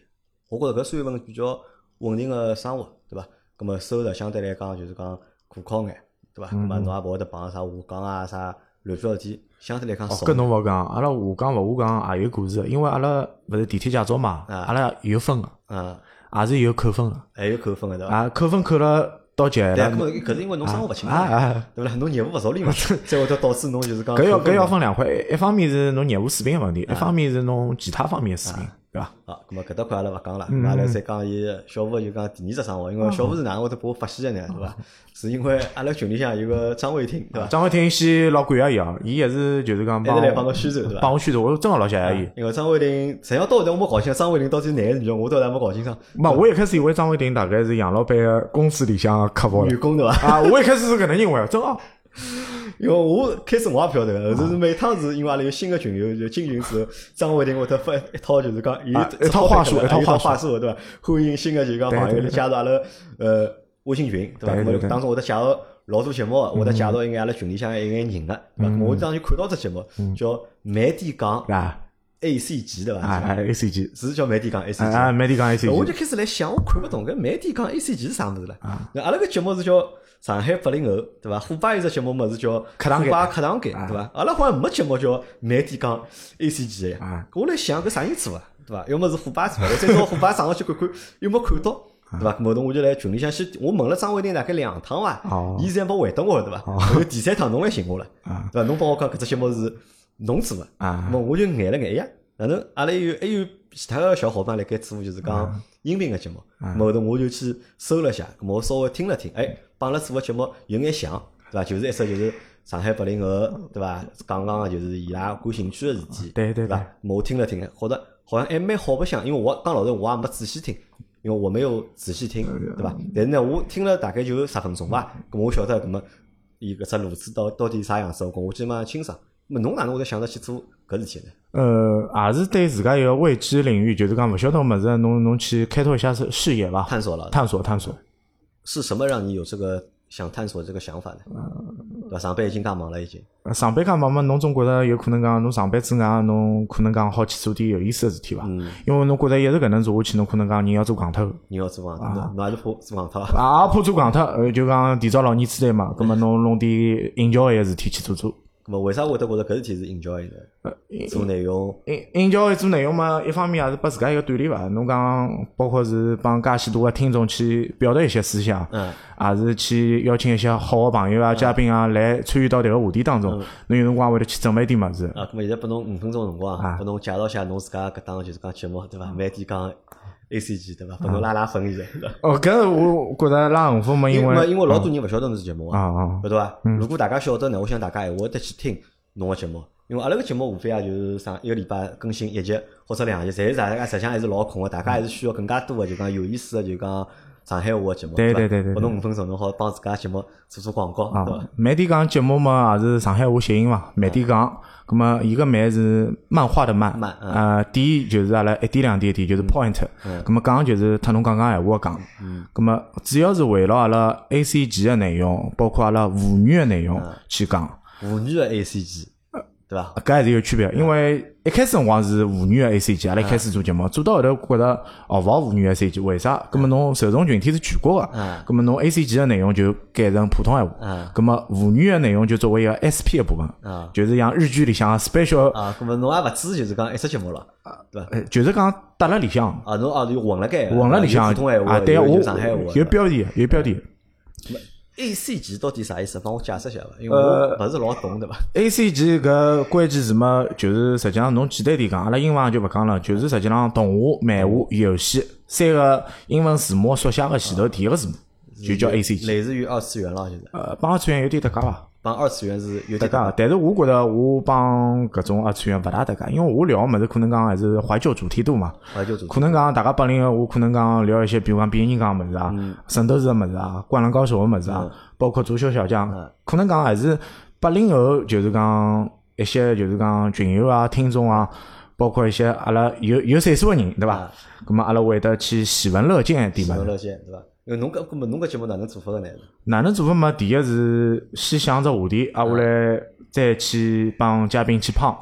Speaker 1: 我觉着搿算一份比较稳定个生活，对伐？咁么收入相对来讲就是讲可靠眼，对伐？咁
Speaker 2: 嗯
Speaker 1: 么侬也勿会得碰啥下岗啊啥乱七八糟事体，相对来讲
Speaker 2: 哦，
Speaker 1: 少
Speaker 2: 搿。侬勿讲，阿拉下岗勿下岗也有故事的，因为阿拉勿是地铁驾照嘛，
Speaker 1: 啊
Speaker 2: 阿拉有分个，
Speaker 1: 啊，
Speaker 2: 也是有扣分个，
Speaker 1: 还有扣分个对伐？
Speaker 2: 啊，扣分扣了到极限
Speaker 1: 对啊，
Speaker 2: 了
Speaker 1: 搿，么搿是因为侬生活勿清
Speaker 2: 啊
Speaker 1: 爽，
Speaker 2: 啊，
Speaker 1: 对勿啦？侬业务勿熟 练嘛，再会得导致侬就是讲
Speaker 2: 搿要
Speaker 1: 扣分
Speaker 2: 搿要分两块，一一方面是侬业务水平个问题，
Speaker 1: 啊
Speaker 2: 一方面是侬其他方面个水平，对伐？
Speaker 1: 好，啊咁么搿搭块阿拉勿讲了，
Speaker 2: 嗯
Speaker 1: 咁阿拉再讲伊小吴就讲第二只生活，因为小吴是哪能会得拨我发现的呢，对伐？是因为阿拉群里向有个张伟霆，对伐？
Speaker 2: 张伟霆先老感谢伊哦，伊也是就是讲帮
Speaker 1: 一直来帮
Speaker 2: 我
Speaker 1: 侬宣传，对伐？啊
Speaker 2: 帮我宣传，我真个老谢谢伊。
Speaker 1: 因为张伟霆，实际上到现在我没搞清楚张伟霆到底是男还是女的，我到现在没搞清爽。
Speaker 2: 没，我一开始以为张伟霆大概是杨老板个公司里向个客户
Speaker 1: 女
Speaker 2: 了，
Speaker 1: 工对伐？
Speaker 2: 啊，我一开始是搿能认为，真个。
Speaker 1: 因为我开始我也不晓得，呃后头是每趟是因为阿拉有新的群友就进群之后，张伟霆会得发一套就是讲有
Speaker 2: 啊一套话术
Speaker 1: 一
Speaker 2: 一套话术
Speaker 1: 话术对伐？欢迎新的就是讲朋友
Speaker 2: 对
Speaker 1: 来
Speaker 2: 对
Speaker 1: 加入阿拉呃微信群对伐？
Speaker 2: 对
Speaker 1: 咁
Speaker 2: 对
Speaker 1: 么
Speaker 2: 对
Speaker 1: 当中会得介绍老多节目，会得介绍一眼阿拉群里向一眼人个，
Speaker 2: 嗯
Speaker 1: 对伐？咁我当时看到只节目叫麦迪讲
Speaker 2: 啊
Speaker 1: A C G 对
Speaker 2: 啊
Speaker 1: 伐？
Speaker 2: 啊，A C G，
Speaker 1: 是叫麦迪讲 A C
Speaker 2: 啊
Speaker 1: G
Speaker 2: 啊，麦迪讲 A C
Speaker 1: 我
Speaker 2: G，
Speaker 1: 就开始来想，我看不懂搿媒体讲 A C G 是啥物事了。
Speaker 2: 啊
Speaker 1: 那阿拉个节目是叫上海八零后，对伐？虎爸有只节目么是叫
Speaker 2: 客堂啊
Speaker 1: 虎
Speaker 2: 间
Speaker 1: 爸客堂间，对伐？阿拉好像没节目叫媒体讲 A C G 呀。
Speaker 2: 啊
Speaker 1: 搿我来想搿啥人做啊，对伐？要么是虎爸做啊，我再到虎爸上头去看看有没有看到。
Speaker 2: 啊
Speaker 1: 对伐？某头我就来群里向先，我问了张伟霆大概两趟伐
Speaker 2: 哦，
Speaker 1: 伊侪没回答我，对伐？后头第三趟侬来寻我了，
Speaker 2: 啊
Speaker 1: 对伐？侬帮我讲搿只节目是侬做个，
Speaker 2: 啊
Speaker 1: 么我就眼了眼，哎呀，哪能阿拉有还有其他个小伙伴辣盖做，就是讲音频个节目，后头我就去搜了一下，咁我稍微听了听，哎，帮阿拉做个节目有眼像，对伐？就是一首就是上海八零后，对伐？讲讲个就是伊拉感兴趣个事体，
Speaker 2: 对对对
Speaker 1: 伐？我听了听，觉得好像还蛮好白相，因为我讲老实，我也没仔细听，因为我没有仔细听，对伐？但是呢，我听了大概就十分钟吧，咁我晓得咁么伊搿只路子到到底啥样子，我讲我基本上清爽。咁么侬哪能会得想到去做搿事体呢？
Speaker 2: 呃，也是对自家一个未知领域，就是讲勿晓得物事，侬侬去开拓一下视视野吧，
Speaker 1: 探索了
Speaker 2: 探索探索。
Speaker 1: 是什么让你有这个想探索这个想法呢？对吧？上班已经干忙了，已经
Speaker 2: 呃上班讲嘛嘛，侬总觉着有可能讲，侬上班之外，侬可能讲好去做点有意思的事体伐？
Speaker 1: 嗯
Speaker 2: 因为侬觉着一直搿能做下去，侬可能讲人要做戆脱的。
Speaker 1: 你要做广告，侬侬还是怕做广告。
Speaker 2: 啊，也怕做戆脱，呃，就讲提早老年痴呆嘛，葛末侬弄点引教一个事体去做做。
Speaker 1: 咁么为啥会得觉着搿事体是 enjoy 呢？做内容，
Speaker 2: 因因教会做内容嘛，一方面也是拨自家一个锻炼伐。侬讲，包括是帮介许多个听众去表达一些思想，
Speaker 1: 嗯，
Speaker 2: 也是去邀请一些好个朋友啊、嘉宾啊来参与到迭个话题当中。
Speaker 1: 嗯
Speaker 2: 侬有辰光会得去准备点物事，
Speaker 1: 啊，咁么现在拨侬五分钟辰光啊，拨侬介绍一下侬自家搿档就是讲节目
Speaker 2: 啊
Speaker 1: 对伐？慢点讲 A C G 对伐？拨侬拉拉粉现在。对伐
Speaker 2: 哦，搿是我觉着拉横幅嘛，啊因
Speaker 1: 因
Speaker 2: 为
Speaker 1: 因为老多人勿晓得侬是节目
Speaker 2: 啊
Speaker 1: 啊，
Speaker 2: 啊，
Speaker 1: 晓得伐？如果大家晓得呢，我想大家还会得去听侬个节目，因为阿拉个节目无非也就是啥一个礼拜更新一集或者两集，侪是大家实际上还是老空个，大家还是需要更加多个就讲有意思个就讲上海话个节目，
Speaker 2: 对
Speaker 1: 伐
Speaker 2: 对对对对
Speaker 1: 拨侬五分钟，侬好帮自家节目做做广告，对嗯伐
Speaker 2: 啊？，慢点讲节目嘛，也是上海话谐音嘛，慢点讲。咁么，伊个慢是漫画的漫
Speaker 1: 漫，嗯
Speaker 2: 呃，点就是阿拉一点两点点，就是 point。咁么讲就是特侬刚刚闲话讲。
Speaker 1: 嗯
Speaker 2: 咁么主要是围绕阿拉 A C G 的内容，包括阿拉妇女的内容
Speaker 1: 嗯
Speaker 2: 去讲，
Speaker 1: 妇女个 A C G，对伐？
Speaker 2: 搿还是有区别。因为一开始辰光是妇女的 A C G，阿拉一开始做节目，做到后头觉着哦，勿好妇女的 A C G，为啥？咁么侬受众群体是全国的，
Speaker 1: 嗯
Speaker 2: 咁么侬 A C G 的内容就改成普通闲话。
Speaker 1: 嗯
Speaker 2: 咁么妇女的内容就作为一个 SP 的部分，
Speaker 1: 啊
Speaker 2: 就是像日剧里向的 special，
Speaker 1: 啊，咁么侬也勿止就是讲一只节目了，对伐？
Speaker 2: 呃就是讲搭了里向，
Speaker 1: 啊，侬啊就混了该，
Speaker 2: 混了里向
Speaker 1: 有普通闲话，
Speaker 2: 啊，对
Speaker 1: 有
Speaker 2: 我
Speaker 1: 有上海话，嗯
Speaker 2: 有标题，有标题。
Speaker 1: A C G 到底啥意思？帮我解释一下伐？因为
Speaker 2: 呃
Speaker 1: 我勿是老懂，对伐？
Speaker 2: A C G 搿关键词嘛，就是实际上侬简单点讲，阿拉英文也就勿讲了，就是实际上动画、漫画、游戏三个英文字母缩写个前头第一个字母就叫 A C G。
Speaker 1: 类似于二次元了，就是
Speaker 2: 呃，帮二次元有点搭界伐？
Speaker 1: 帮二次元是有
Speaker 2: 搭
Speaker 1: 点
Speaker 2: 界，但是我觉着我帮搿种二次元勿大搭界，因为我聊个物事可能讲还是怀旧主题多嘛。
Speaker 1: 怀旧主题
Speaker 2: 可能讲大家八零后，我可能讲聊一些，比如讲变形金刚的物事啊，圣斗士的物事啊，灌篮高手的物事啊，包括足球小将，可能讲还是八零后，就是讲一些就是讲群友啊、听众啊，包括一些阿拉有有岁数的人，对伐？咁么阿拉会得去喜闻乐见一点嘛
Speaker 1: 娱。乐线，对伐？因为侬搿根本侬搿节目哪能做法个呢？
Speaker 2: 哪能做法嘛？第一是先想只话题，啊，下来再去帮嘉宾去碰，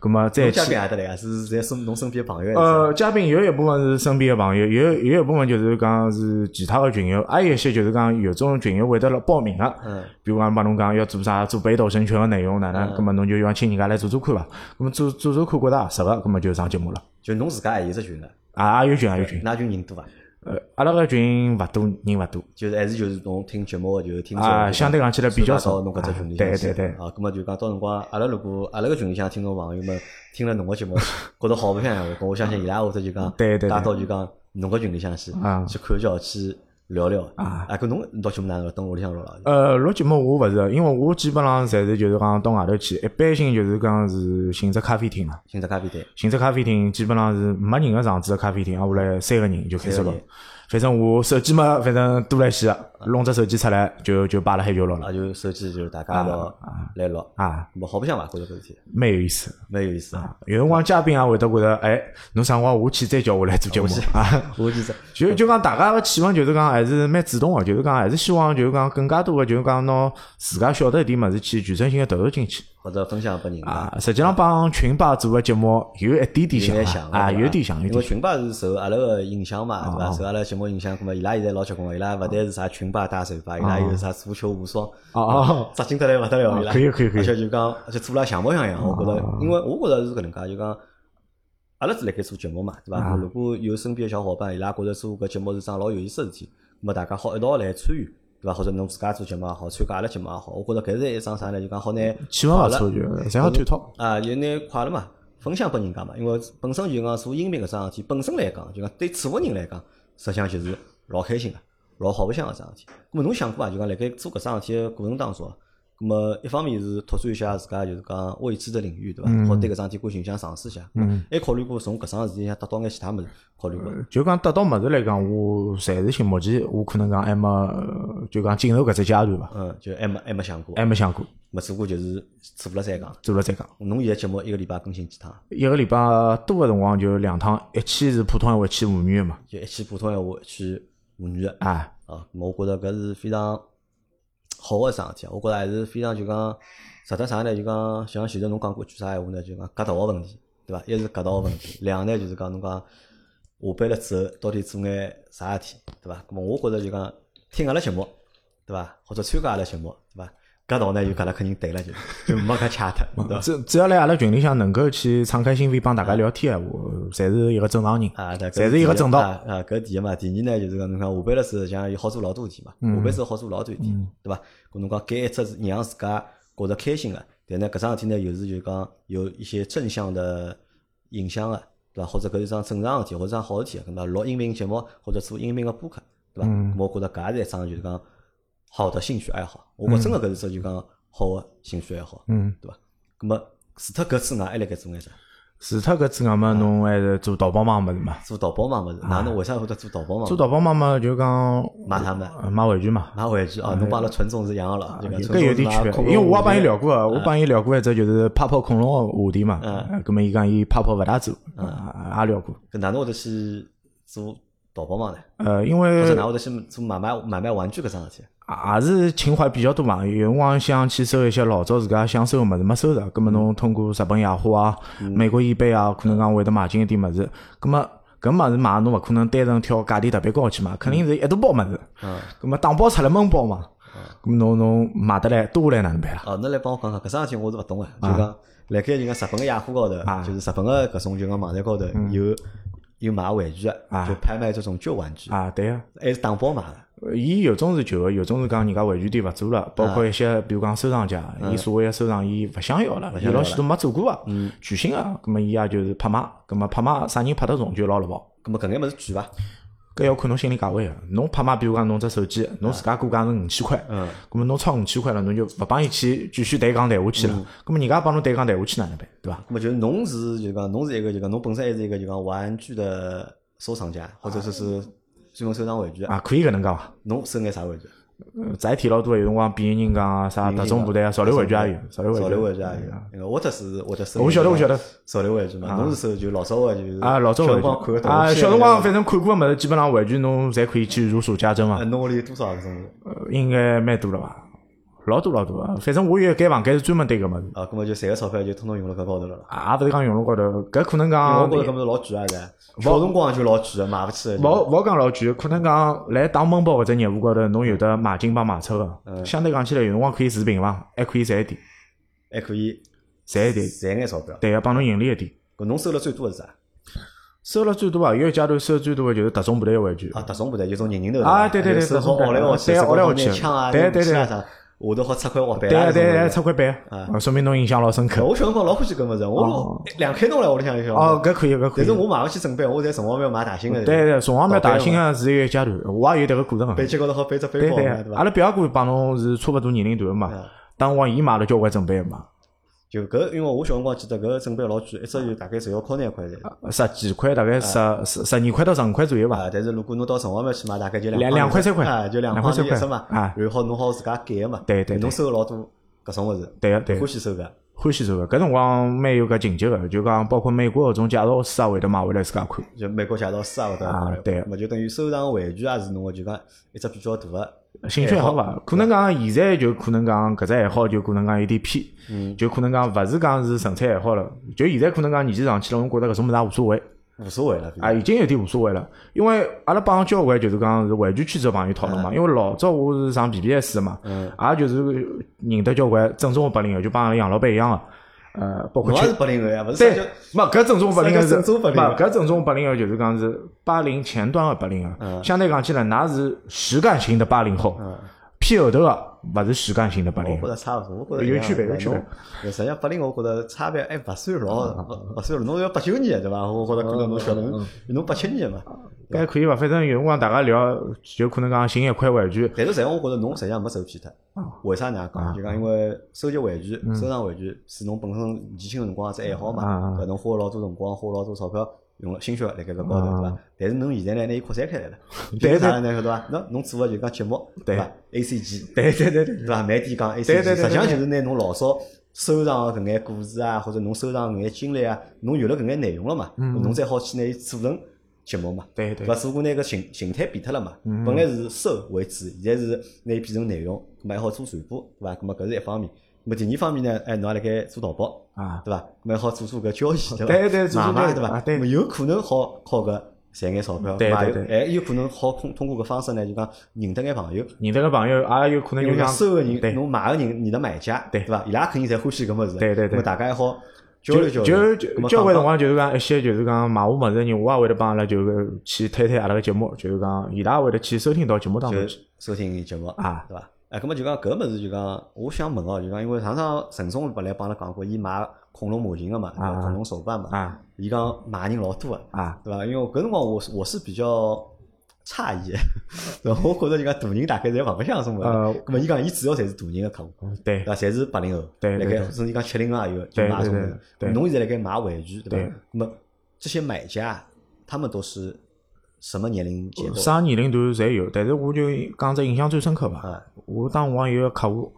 Speaker 2: 咁么再
Speaker 1: 侬
Speaker 2: 去
Speaker 1: 嘉。宾也得来啊，是在身侬身边朋友还是，
Speaker 2: 呃，嘉宾有一部分是身边的朋友，有有一部分就是讲是其他的群友，还有一些就是讲有种群友会得来报名的。
Speaker 1: 嗯，
Speaker 2: 比如讲帮侬讲要做啥，做北斗神拳的内容哪能，咁么侬就要请人家来做做看伐。咁么做做做看觉得合适个，咁么就上节目了。
Speaker 1: 就侬自家也有只群个，
Speaker 2: 啊，也有群，也有群。
Speaker 1: 那群人多伐？啊
Speaker 2: 呃，阿拉个群勿多，人勿多
Speaker 1: 就是还是就是侬听节目就是听众
Speaker 2: 啊，相对讲起来比
Speaker 1: 传达
Speaker 2: 较少。
Speaker 1: 到侬搿只群里向
Speaker 2: 哎对
Speaker 1: 去
Speaker 2: 对对，
Speaker 1: 啊，葛末就讲到辰光，阿拉如果阿拉个群里向听众朋友们听了侬个节 目，觉着好白相闲话，咁我相信伊拉会得就讲，
Speaker 2: 啊对对对
Speaker 1: 带到就讲侬个群里向去，
Speaker 2: 啊
Speaker 1: 去看叫去聊聊
Speaker 2: 啊。
Speaker 1: 啊，搿侬到节目哪能了？蹲屋里向录了？
Speaker 2: 呃，录节目我勿是，因为我基本上侪是就是讲到外头去，一般性就是讲是寻只咖啡厅了。
Speaker 1: 寻只咖啡店，
Speaker 2: 寻只咖啡厅基本上是没人个场子个咖啡厅，啊，下来三个人就开始录
Speaker 1: 三个人。
Speaker 2: 反正我手机嘛，反正多来些，弄只手机出来就就摆辣海就录了
Speaker 1: 啊，就手机就是大家一道来录，
Speaker 2: 啊，
Speaker 1: 咁么好白相伐？觉着搿事体
Speaker 2: 蛮有意思。
Speaker 1: 蛮有意思啊。
Speaker 2: 有辰光嘉宾也会得觉得，哎，侬啥辰光我去再叫我来做节目啊？
Speaker 1: 我记着，
Speaker 2: 就就讲大家个气氛就是讲还是蛮主动个，就是讲还是希望就是讲更加多个就是讲拿自家晓得一点物事去全身心个投入进去
Speaker 1: 或者分享拨人家。
Speaker 2: 啊。实际上帮群吧做个节目有一点
Speaker 1: 有
Speaker 2: 点
Speaker 1: 点
Speaker 2: 像
Speaker 1: 像
Speaker 2: 啊，
Speaker 1: 对吧
Speaker 2: 有点哦像，有
Speaker 1: 因
Speaker 2: 点
Speaker 1: 为
Speaker 2: 像
Speaker 1: 群霸是受阿拉个影响嘛，对伐？受阿拉节目影响，咁么伊拉现在老结棍个，伊拉勿但是啥群霸打手吧，伊拉有啥足球无双，
Speaker 2: 哦哦，
Speaker 1: 扎进得来勿得了，伊拉。
Speaker 2: 可以可以哦可以
Speaker 1: 而且就讲，而且做了像模像样，我觉着，因为我觉着是搿能介，就讲。阿拉是辣盖做节目嘛，对
Speaker 2: 啊
Speaker 1: 伐？如果有身边个小伙伴，伊拉觉着做搿节目是桩老有意思个事体，咁么大家好一道来参与，对伐？或者侬自家做节目也好，参加阿拉节目也好，我觉着搿是一桩啥呢？就讲好拿
Speaker 2: 气氛勿
Speaker 1: 快乐
Speaker 2: 错，就侪好探讨。
Speaker 1: 啊，有眼快乐嘛，分享拨人家嘛，因为本身就讲做音频搿桩事体，本身来讲就讲对主个人来讲，实际上就是老开心个，老好白相个桩事体。咁么侬想过伐？就讲辣盖做搿桩事体个过程当中啊，咁么一方面是拓展一下自家就是讲未知的领域，对伐？好对搿桩事体感兴趣，想尝试一下。嗯。还考虑过从搿桩事体里向得到眼其他物事，考虑过。
Speaker 2: 就讲得到物事来讲，我暂时性目前我可能讲还没，呃就讲进入搿只阶段伐，
Speaker 1: 嗯，就还没还没想过，
Speaker 2: 还没想过，
Speaker 1: 没只不过就是做了再讲。
Speaker 2: 做了再讲。
Speaker 1: 侬现在节目一个礼拜更新几趟？
Speaker 2: 一个礼拜多个辰光就两趟，一期是普通闲话，一期妇女个嘛，
Speaker 1: 就一期普通闲话，一期妇女个。
Speaker 2: 啊，
Speaker 1: 啊，我觉着搿是非常好个桩事体啊，我觉着还是非常就讲值得啥呢？就讲像前头侬讲过一句啥闲话呢？就讲夹道个问题，对伐？一是夹道个问题，两呢就是讲侬讲下班了之后到底做眼啥事体，对伐？咁么我觉着就讲听阿拉节目，对伐？或者参加阿拉节目，对伐？搿道呢就搿拉肯定对了，就就没搿掐脱，对伐？
Speaker 2: 只只要来阿拉群里向能够去敞开心扉帮大家聊天闲话，侪是一个正常人，
Speaker 1: 啊，对，
Speaker 2: 侪是一个正道。
Speaker 1: 啊，啊搿第一嘛，第二呢就是讲，侬看下班了时，像有好做老多事体嘛，
Speaker 2: 嗯
Speaker 1: 下班时好做老多事体，对伐？搿侬讲拣一只是让自家觉着开心个，但呢搿桩事体呢又是就是讲有一些正向的影响个，对伐？或者搿是桩正常的事体，或者桩好事体，搿么录音频节目或者做音频个播客，对伐？
Speaker 2: 嗯
Speaker 1: 咾我觉着搿也是一桩就是讲好的兴趣爱好，我觉着真个搿是只就讲好个兴趣爱好，
Speaker 2: 嗯，
Speaker 1: 对伐？搿么除脱搿之外，还辣盖做眼啥？
Speaker 2: 除脱搿之外嘛，侬还是做淘宝网物事嘛？
Speaker 1: 做淘宝嘛，勿是？哪能为啥会得做淘宝嘛？
Speaker 2: 啊做淘宝网嘛，就讲
Speaker 1: 哦买啥么？
Speaker 2: 呃买玩具嘛。
Speaker 1: 拿回去
Speaker 2: 哎
Speaker 1: 啊，侬帮阿拉纯种是一样的了，就讲
Speaker 2: 搿啊有点区别，因为我也帮伊聊过啊，我帮伊聊过一只就是泡泡恐龙个话题嘛。嗯。葛末伊讲伊泡泡勿大做，啊也聊过。
Speaker 1: 搿哪能会得去做淘宝网呢？
Speaker 2: 呃，因
Speaker 1: 或
Speaker 2: 为
Speaker 1: 者哪会得去做买卖买卖玩具搿桩事体？
Speaker 2: 也是情怀比较多嘛，有辰光想去收一些老早自家想收个物事没收着，葛末侬通过日本雅虎啊、美国易贝啊，可能讲会得买进一点物事。葛末搿物事买侬勿可能单纯挑价钿特别高去买，肯定是一大包物事。
Speaker 1: 嗯。
Speaker 2: 葛末打包出来闷包嘛，葛末侬侬买得来多下来哪能办啊啦？
Speaker 1: 哦，侬来帮我讲讲搿桩事体，我是勿懂个，
Speaker 2: 啊
Speaker 1: 就讲辣盖就讲日本个雅虎高头，就是日本个搿种就讲网站高头
Speaker 2: 嗯
Speaker 1: 有有买玩具的，
Speaker 2: 啊
Speaker 1: 就拍卖这种旧玩具，
Speaker 2: 啊，对呀、
Speaker 1: 还是打包买的。
Speaker 2: 呃伊有种是旧个，有种是讲人家玩具店勿做了，包括一些比如讲收藏家，伊所谓个收藏伊啊勿想要了，伊老许多没做过啊，全新个，葛末伊也就是拍卖，葛末拍卖啥人拍得中就捞了跑。
Speaker 1: 葛末搿眼物事贵伐？
Speaker 2: 搿要看侬心理价位个，侬拍卖比如讲侬只手机，侬自家估价是五千块，
Speaker 1: 嗯
Speaker 2: 葛末侬超五千块了，侬就勿帮伊去继续谈讲谈下去了，葛末人家帮侬谈讲谈下去哪能办，对伐？
Speaker 1: 葛末就是侬是就讲侬是一个就讲侬本身还是一个就讲玩具的收藏家，或者说是专门收藏玩具的，
Speaker 2: 啊，可以搿能讲伐？
Speaker 1: 侬收眼啥玩具？
Speaker 2: 呃，咱提老多的，有辰光变形金刚啊，啥特种部队啊，潮流玩具也有，潮流
Speaker 1: 潮
Speaker 2: 玩具
Speaker 1: 流玩具也有，那个我特是我特是，
Speaker 2: 啊我晓得我晓得
Speaker 1: 潮流玩具嘛，侬是手就老早个就是
Speaker 2: 啊，老早玩
Speaker 1: 小辰光看个
Speaker 2: 具
Speaker 1: 动
Speaker 2: 啊，
Speaker 1: 画片
Speaker 2: 小辰光反正看过个物事，基本上玩具侬侪可以去如数家珍嘛
Speaker 1: 呃，侬屋里有多少搿种？
Speaker 2: 呃应该蛮多了伐？老多老多啊！反正我有一间房间是专门对搿物事，
Speaker 1: 啊，葛末就赚个钞票就统统用了搿高头了啦。
Speaker 2: 啊也勿是讲用了高头，搿可能讲
Speaker 1: 我觉着搿物事老贵啊，是。小辰光就老贵个，买勿起个。
Speaker 2: 勿勿讲老贵，可能讲来打闷包搿只业务高头，侬有得买进帮卖出
Speaker 1: 嗯
Speaker 2: 个，相对讲起来有辰光可以持平伐，还可以赚一点，
Speaker 1: 还可以
Speaker 2: 赚一点，
Speaker 1: 赚眼钞票。
Speaker 2: 对啊个，帮侬盈利一点。
Speaker 1: 搿侬收了最多个是啥？
Speaker 2: 收了最多啊，有一阶段收最多个就是特种部队个玩具，
Speaker 1: 啊，特种部队就种人人头
Speaker 2: 啊对对对
Speaker 1: 手
Speaker 2: 特种部队
Speaker 1: 好来好去，
Speaker 2: 对
Speaker 1: 手
Speaker 2: 凹来凹
Speaker 1: 高头拿
Speaker 2: 去
Speaker 1: 枪啊，
Speaker 2: 对
Speaker 1: 拿武
Speaker 2: 对
Speaker 1: 器啊
Speaker 2: 对
Speaker 1: 啥，下头好擦块滑板
Speaker 2: 对
Speaker 1: 啊。什么
Speaker 2: 对对，
Speaker 1: 的哦
Speaker 2: 出块板，啊说明侬印象老深刻。
Speaker 1: 我小辰光老欢喜搿物事，我老哎两开弄来屋里向就晓得。
Speaker 2: 哦哦，搿可以，搿可
Speaker 1: 但
Speaker 2: 以
Speaker 1: 是。我买勿起正版，我在城隍庙买大型个。
Speaker 2: 对对，，城隍庙
Speaker 1: 老板
Speaker 2: 大兴啊是一个阶段，我也有迭个过程啊。
Speaker 1: 背脊高头好背只背
Speaker 2: 对
Speaker 1: 包嘛，对
Speaker 2: 对，
Speaker 1: 伐？
Speaker 2: 阿拉表哥帮侬是差勿多年龄段嘛
Speaker 1: 嗯，
Speaker 2: 当往伊买了交关准备嘛，
Speaker 1: 就搿，因为我小辰光记得搿准备老贵，一只就大概只要靠廿块钿
Speaker 2: 十几块，大概十十十二块到十五块左右吧。
Speaker 1: 啊。但是如果侬到城隍庙去买，大概就
Speaker 2: 两
Speaker 1: 两
Speaker 2: 两块三块
Speaker 1: 啊，就
Speaker 2: 两
Speaker 1: 块
Speaker 2: 块
Speaker 1: 钿
Speaker 2: 三块
Speaker 1: 一只嘛。
Speaker 2: 啊
Speaker 1: 然后侬好自家改个嘛。
Speaker 2: 对对对
Speaker 1: 侬收老多搿种物事，
Speaker 2: 对个对
Speaker 1: 欢
Speaker 2: 个，
Speaker 1: 喜收搿。
Speaker 2: 欢喜收个，搿辰光蛮有搿情节个，就讲包括美国搿种介绍书也会得买回来自家看。
Speaker 1: 就美国介绍书啊，搿搭
Speaker 2: 啊对
Speaker 1: 咾么就等于收藏玩具也是侬个就讲一只比较大个。
Speaker 2: 兴趣爱好伐？可能讲现在就可能讲搿只爱好就可能讲有点偏，就可能讲勿是讲是纯粹爱好了。就现在可能讲年纪上去了，我觉着搿种物事也无所谓
Speaker 1: 无所谓了，
Speaker 2: 啊，已经有点无所谓了。因为阿拉帮交关就是讲是玩具圈子的朋友讨论嘛，因为老早我是上 BBS 的嘛，也就是认得交关正宗的八零后，就帮杨老板一样的，呃，包括
Speaker 1: 侬也
Speaker 2: 圈
Speaker 1: 是八零后呀，勿是
Speaker 2: 对
Speaker 1: 就，
Speaker 2: 没搿正宗八零后
Speaker 1: 啥
Speaker 2: 是，
Speaker 1: 叫正宗80
Speaker 2: 没搿正宗八零后就是讲是八零前端的八零后，相对讲起来，㑚是实干型的八零后，偏后头个勿是实干型的八
Speaker 1: 我
Speaker 2: 零
Speaker 1: 觉
Speaker 2: 后。
Speaker 1: 着差勿多，我觉着
Speaker 2: 哎有
Speaker 1: 一样
Speaker 2: 区别
Speaker 1: 的
Speaker 2: 有区别。啊
Speaker 1: 侬实际上八零后我觉着差别还勿算老，勿勿算老。侬要八九年对伐？我觉着可能侬晓得，侬八七年嘛。
Speaker 2: 该可以伐？反正有辰光大家聊，就可能讲寻一块玩具，
Speaker 1: 但是实际上我觉着侬实际上没受骗脱。
Speaker 2: 啊
Speaker 1: 为啥能介讲？就讲因为收集玩具、收藏玩具是侬本身年轻个辰光只爱好
Speaker 2: 嗯啊啊
Speaker 1: 嘛，搿侬花了老多辰光，花了老多钞票。用了心血辣盖搿高头，对伐？但是侬现在呢，拿伊扩散开来了，
Speaker 2: 啊 对
Speaker 1: 就是啥呢？晓得伐？侬侬做个就讲节目，
Speaker 2: 对
Speaker 1: 伐？A C G，
Speaker 2: 对对对对
Speaker 1: 对伐？慢点讲 A
Speaker 2: 对
Speaker 1: C
Speaker 2: 对
Speaker 1: G，
Speaker 2: 对
Speaker 1: 实际上
Speaker 2: 对
Speaker 1: 就是拿侬老早收藏的搿眼故事啊，或者侬收藏的搿眼经历啊，侬有了搿眼内容了嘛，侬再好去拿伊做成节目嘛，对
Speaker 2: 对嗯对嗯
Speaker 1: 伐？只不过拿搿形形态变脱了嘛，本来是收为主，现在是拿伊变成内容，咾么还好做传播，对伐？咾么搿是一方面，咾么第二方面呢，哎，侬也辣盖做淘宝。
Speaker 2: 啊，
Speaker 1: 对伐？咾么还好做做搿交易，对伐？
Speaker 2: 哦对对做
Speaker 1: 买
Speaker 2: 做
Speaker 1: 卖
Speaker 2: 交易
Speaker 1: 对伐？
Speaker 2: 啊对
Speaker 1: 咾么有可能好靠搿赚眼钞票，
Speaker 2: 对
Speaker 1: 嘛
Speaker 2: 对
Speaker 1: 有
Speaker 2: 对
Speaker 1: 哎，有可能好通通过搿方式呢，就讲认得眼朋友，
Speaker 2: 你这个朋友也有可能
Speaker 1: 因
Speaker 2: 就
Speaker 1: 为
Speaker 2: 像
Speaker 1: 讲收个人，
Speaker 2: 对
Speaker 1: 侬买个人，你的买家，
Speaker 2: 对
Speaker 1: 对伐？伊拉肯定侪欢喜搿物事，
Speaker 2: 对对对
Speaker 1: 那么大家还好交
Speaker 2: 就
Speaker 1: 流交
Speaker 2: 就
Speaker 1: 流，
Speaker 2: 就交关辰
Speaker 1: 光，
Speaker 2: 光就是讲一些就是讲买我物事的人，我也会得帮阿拉就是去推推阿拉个节目，就是讲伊拉也会得去收听到节目当中
Speaker 1: 就
Speaker 2: 去
Speaker 1: 收听节目，
Speaker 2: 啊。
Speaker 1: 对伐？哎，搿么就讲搿物事就讲，我想问哦，就讲因为上趟陈总本来帮阿拉讲过，伊买恐龙模型个嘛，对伐
Speaker 2: 啊
Speaker 1: 恐龙手办嘛，
Speaker 2: 啊
Speaker 1: 伊讲买人老多个，
Speaker 2: 啊
Speaker 1: 对伐？因为搿辰光我是我是比较诧异的， 对伐？我觉着就讲大人大概侪勿白相什么的，
Speaker 2: 呃，
Speaker 1: 搿么伊讲伊主要侪是大人个客户，
Speaker 2: 对
Speaker 1: 对伐？侪是八零后，
Speaker 2: 对
Speaker 1: 辣
Speaker 2: 对
Speaker 1: 盖
Speaker 2: 对
Speaker 1: 甚至讲七零后也有，就
Speaker 2: 对
Speaker 1: 买
Speaker 2: 对
Speaker 1: 什么
Speaker 2: 对
Speaker 1: 的
Speaker 2: 对
Speaker 1: 侬现在辣盖买玩具，对
Speaker 2: 对
Speaker 1: 伐？那么这些买家啊他们都是什么年龄阶段？
Speaker 2: 啥年龄段侪有，但是我就讲只印象最深刻伐。
Speaker 1: 啊
Speaker 2: 我当辰光有个客户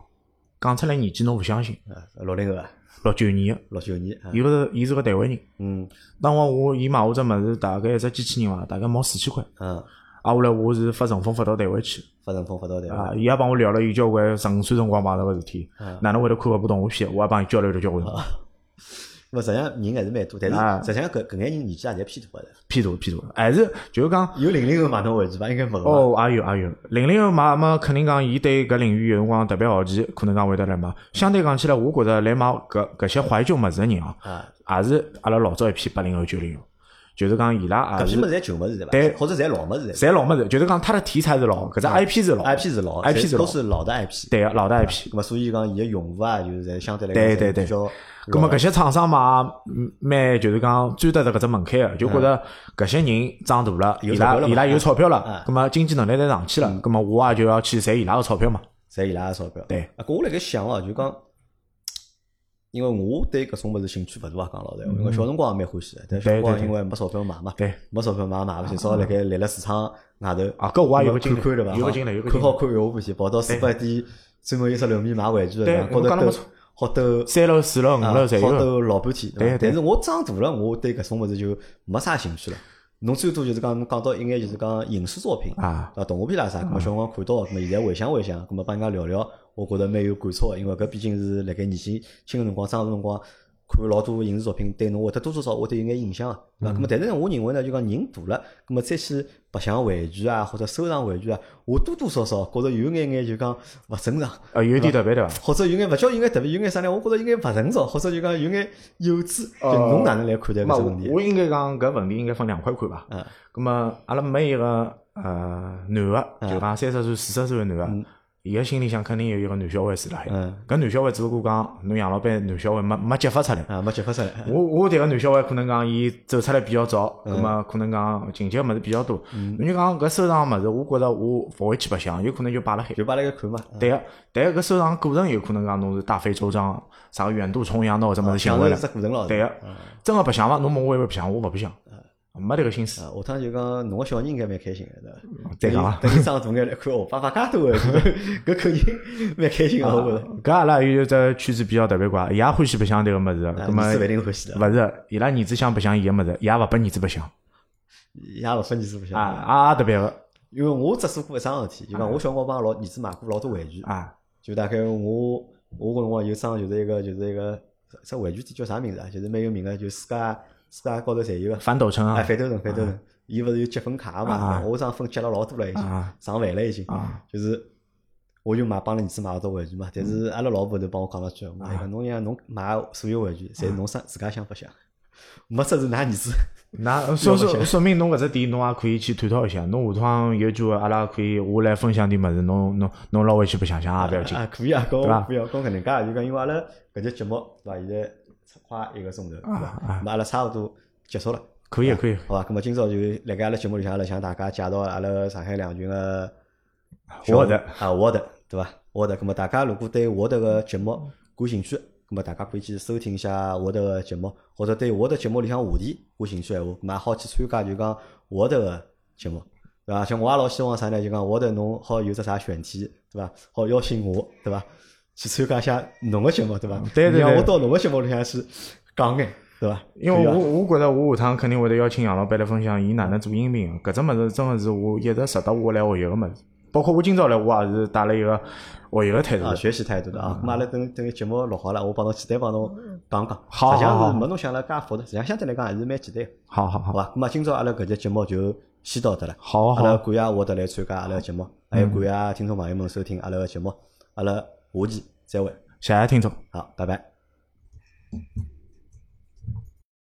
Speaker 2: 讲出来年纪侬勿相信，
Speaker 1: 啊，六零后啊，
Speaker 2: 六九年个，
Speaker 1: 六九年啊，
Speaker 2: 伊勿是伊是个台湾人。
Speaker 1: 嗯
Speaker 2: 当光我伊买我只物事，大概一只机器人伐，大概毛四千块。
Speaker 1: 嗯。
Speaker 2: 啊，后来我是发顺丰发到台湾去，
Speaker 1: 发顺丰发到台
Speaker 2: 啊，
Speaker 1: 湾，
Speaker 2: 伊也帮我聊了有交关十五岁辰光碰到个事体
Speaker 1: 啊，
Speaker 2: 哪能会得看搿部动画片？我也帮伊交流了交关辰光，
Speaker 1: 那么实际上人还是蛮多，但
Speaker 2: 啊
Speaker 1: 是实际上搿搿眼人年纪啊也侪偏大的，
Speaker 2: 偏大偏大，还是就是讲。
Speaker 1: 有零零后买侬玩具伐？应该没个吧。
Speaker 2: 哦，也有也有，零零后嘛，嘛肯定讲，伊对搿领域有辰光特别好奇，可能讲会得来买。相对讲起来，我觉着来买搿搿些怀旧物事个人啊，
Speaker 1: 啊，
Speaker 2: 也是阿拉老早一批八零后、九零后，就是讲伊拉
Speaker 1: 搿
Speaker 2: 也
Speaker 1: 批
Speaker 2: 是
Speaker 1: 物事侪旧物事对伐？
Speaker 2: 对
Speaker 1: 或者侪老物事
Speaker 2: 侪老物事，就是讲它的题材是老，搿只 IP 是老
Speaker 1: ，IP 是老
Speaker 2: IP 是
Speaker 1: 侪都
Speaker 2: 老
Speaker 1: 是老的 IP。
Speaker 2: 对个老的 IP。
Speaker 1: 那么所以讲伊个用户啊，就是侪相对来
Speaker 2: 对
Speaker 1: 讲
Speaker 2: 对
Speaker 1: 侪
Speaker 2: 对
Speaker 1: 比较老的。
Speaker 2: 葛么搿些厂商嘛，嗯蛮就是讲钻得着搿只门槛个，就觉着搿些人长大了，
Speaker 1: 嗯有
Speaker 2: 伊
Speaker 1: 钞
Speaker 2: 拉
Speaker 1: 票了
Speaker 2: 伊
Speaker 1: 嘛嗯
Speaker 2: 拉有钞票了
Speaker 1: 啊，
Speaker 2: 葛么经济能力侪上去了，葛么我也就要去赚伊拉个钞票嘛。
Speaker 1: 侪伊拉个钞票。
Speaker 2: 对
Speaker 1: 啊，搿我辣盖想哦，就讲，因为我对搿种物事兴趣勿大啊，讲老实闲话，因为小辰光也蛮欢喜的，但小辰光
Speaker 2: 嗯对对对
Speaker 1: 因为没钞票买 嘛，
Speaker 2: 对，
Speaker 1: 没钞票买也买勿起，只好辣 盖立了市场外头
Speaker 2: 啊搿我也有
Speaker 1: 个
Speaker 2: 个经历
Speaker 1: 看看对伐？
Speaker 2: 有个经历有个
Speaker 1: 看
Speaker 2: 经历
Speaker 1: 好看又欢喜，跑到四百店专门有只楼面买玩具的
Speaker 2: 对
Speaker 1: 地方，高
Speaker 2: 我讲得
Speaker 1: 头
Speaker 2: 没
Speaker 1: 兜
Speaker 2: 错
Speaker 1: 好兜。
Speaker 2: 三楼、四楼、五
Speaker 1: 啊
Speaker 2: 楼侪
Speaker 1: 好
Speaker 2: 有。
Speaker 1: 兜老半天，
Speaker 2: 对
Speaker 1: 伐
Speaker 2: 对
Speaker 1: 但是我长大了，我对搿种物事就没啥兴趣了。侬最多就是讲，侬讲到一眼就是讲影视作品
Speaker 2: 啊，
Speaker 1: 啊，动画片啦啥，搿么小辰光看到，搿么现在回想回想，搿么帮人家聊聊，我觉着蛮有感触的，因为搿毕竟是辣盖年纪轻个辰光、长个辰光看老多影视作品，对侬会得多多少少会得有眼影响个，对
Speaker 2: 嗯
Speaker 1: 伐？搿么但是呢，我认为呢，就讲人大了，搿么再去白相玩具啊，或者收藏玩具啊，我多多少少觉着有眼眼就讲勿正常。
Speaker 2: 呃，有点特别对伐？
Speaker 1: 或者有眼勿叫有眼特别，有眼啥呢？我觉着有眼勿成熟，或者就讲有眼幼稚。就
Speaker 2: 呃
Speaker 1: 侬哪能来看待
Speaker 2: 嘛
Speaker 1: 搿只问题？
Speaker 2: 我应该讲搿问题应该分两块看伐。
Speaker 1: 嗯
Speaker 2: 咁么阿拉每一个呃男个，
Speaker 1: 嗯
Speaker 2: 就讲三十岁、四十岁个男个，伊个心里向肯定有一个男小孩住辣海。
Speaker 1: 嗯
Speaker 2: 搿男小孩只不过讲侬养老板男小孩没没激发出来。
Speaker 1: 啊，没结发出来。
Speaker 2: 我我迭个男小孩可能讲伊走出来比较早，咁么可能讲情节物事比较多。侬就讲搿收藏物事，我觉着我勿会去白相，有可能就摆辣海。
Speaker 1: 就摆辣盖看嘛，嗯
Speaker 2: 对个，但搿收藏过程有可能讲侬是大费周章，啥个远渡重洋拿搿只物事寻
Speaker 1: 享
Speaker 2: 回
Speaker 1: 受
Speaker 2: 来
Speaker 1: 只。过程咯。嗯
Speaker 2: 对啊
Speaker 1: 个。
Speaker 2: 个，真个白相伐？侬问我会勿白相，我勿白相，没迭个心思。
Speaker 1: 啊，下趟就讲侬个小人应该蛮开心个，对伐？等
Speaker 2: 对个啊
Speaker 1: 伊等伊长大眼来看，哦，爸爸介多个，搿肯定蛮开
Speaker 2: 啊
Speaker 1: 心个，我觉着。
Speaker 2: 搿阿拉嗯有一只圈子比较特别怪，伊也欢喜白嗯相迭个物事，葛么
Speaker 1: 啊，你是勿一定欢喜的，
Speaker 2: 勿是伊拉儿子想白相伊个物事，伊也勿拨儿子白相
Speaker 1: 也勿分你是不相。
Speaker 2: 啊，也特别个
Speaker 1: 因为我接触过一桩事体，就讲我小辰光帮老儿子买过老多玩具，
Speaker 2: 啊
Speaker 1: 就大概我我搿辰光有张就是一个就是一个只玩具店叫啥名字啊？就是蛮有名个，就世界世界高头侪有个。
Speaker 2: 反斗城
Speaker 1: 哎，
Speaker 2: 啊
Speaker 1: 反斗城，反斗城，伊勿是有积分卡个嘛
Speaker 2: 啊？
Speaker 1: 我张分积了老多了已经，
Speaker 2: 啊
Speaker 1: 上万了已经。
Speaker 2: 啊
Speaker 1: 就是我就买帮了儿子买好多玩具嘛，但
Speaker 2: 嗯
Speaker 1: 是阿拉老婆就帮我讲了句，
Speaker 2: 啊
Speaker 1: 我讲侬让侬买所有玩具，侪是侬自自家想白相，没只是㑚儿子。
Speaker 2: 那说
Speaker 1: 要
Speaker 2: 说说明侬搿只点，侬也可以去探讨一下。侬下趟有机会，阿拉可以我来分享点物事，侬侬侬捞回去白相相也勿要紧。
Speaker 1: 啊，可以啊，跟我
Speaker 2: 对吧
Speaker 1: 不要跟我搿能介，就讲因为阿拉搿节节目对伐？现在快一个钟头对伐？
Speaker 2: 啊
Speaker 1: 那阿拉差勿多结束了。
Speaker 2: 可呃以可啊以，
Speaker 1: 好吧，咁么啊今朝就辣盖阿拉节目里向，阿拉向大家介绍阿拉上海两群个
Speaker 2: 活的
Speaker 1: 啊，活的对伐？活的，咁啊么大家如果对活的个节目感兴趣，咁啊么大家可以去收听一下活的个节目，或者对活的节目里向话题感兴趣闲话，咁啊么也好去参加就讲活的个节目，对伐？像我也老希望啥呢？就讲活的侬好有只啥选题，对伐？好邀请我，对伐？去参加一下侬个节目，对伐？
Speaker 2: 对对
Speaker 1: 让
Speaker 2: 对
Speaker 1: 我到侬个节目里向去讲眼，对伐？
Speaker 2: 因为我我觉着我下趟肯定会得邀请杨老板来分享伊哪能做音频。搿只物事真个是我一直值得我来学习个物事。包括我今朝来，我也是带了一个学习个态度
Speaker 1: 啊，
Speaker 2: 的。
Speaker 1: 学习态度的
Speaker 2: 嗯
Speaker 1: 啊。咁阿拉等等节目录好了，我帮侬简单帮侬讲讲。
Speaker 2: 好
Speaker 1: 实际
Speaker 2: 好
Speaker 1: 上
Speaker 2: 好
Speaker 1: 是没侬想了介复杂，实际上相对来讲还是蛮简单，
Speaker 2: 好好
Speaker 1: 好
Speaker 2: 好，
Speaker 1: 吧？咁啊，今朝阿拉搿节节目就先到这了。
Speaker 2: 好啊嗯
Speaker 1: 阿拉
Speaker 2: 好，
Speaker 1: 感谢我得来参加阿拉个节目，还有感谢听众朋友们收听阿拉个节目，阿拉下期再会，
Speaker 2: 谢谢听众。
Speaker 1: 好，拜拜。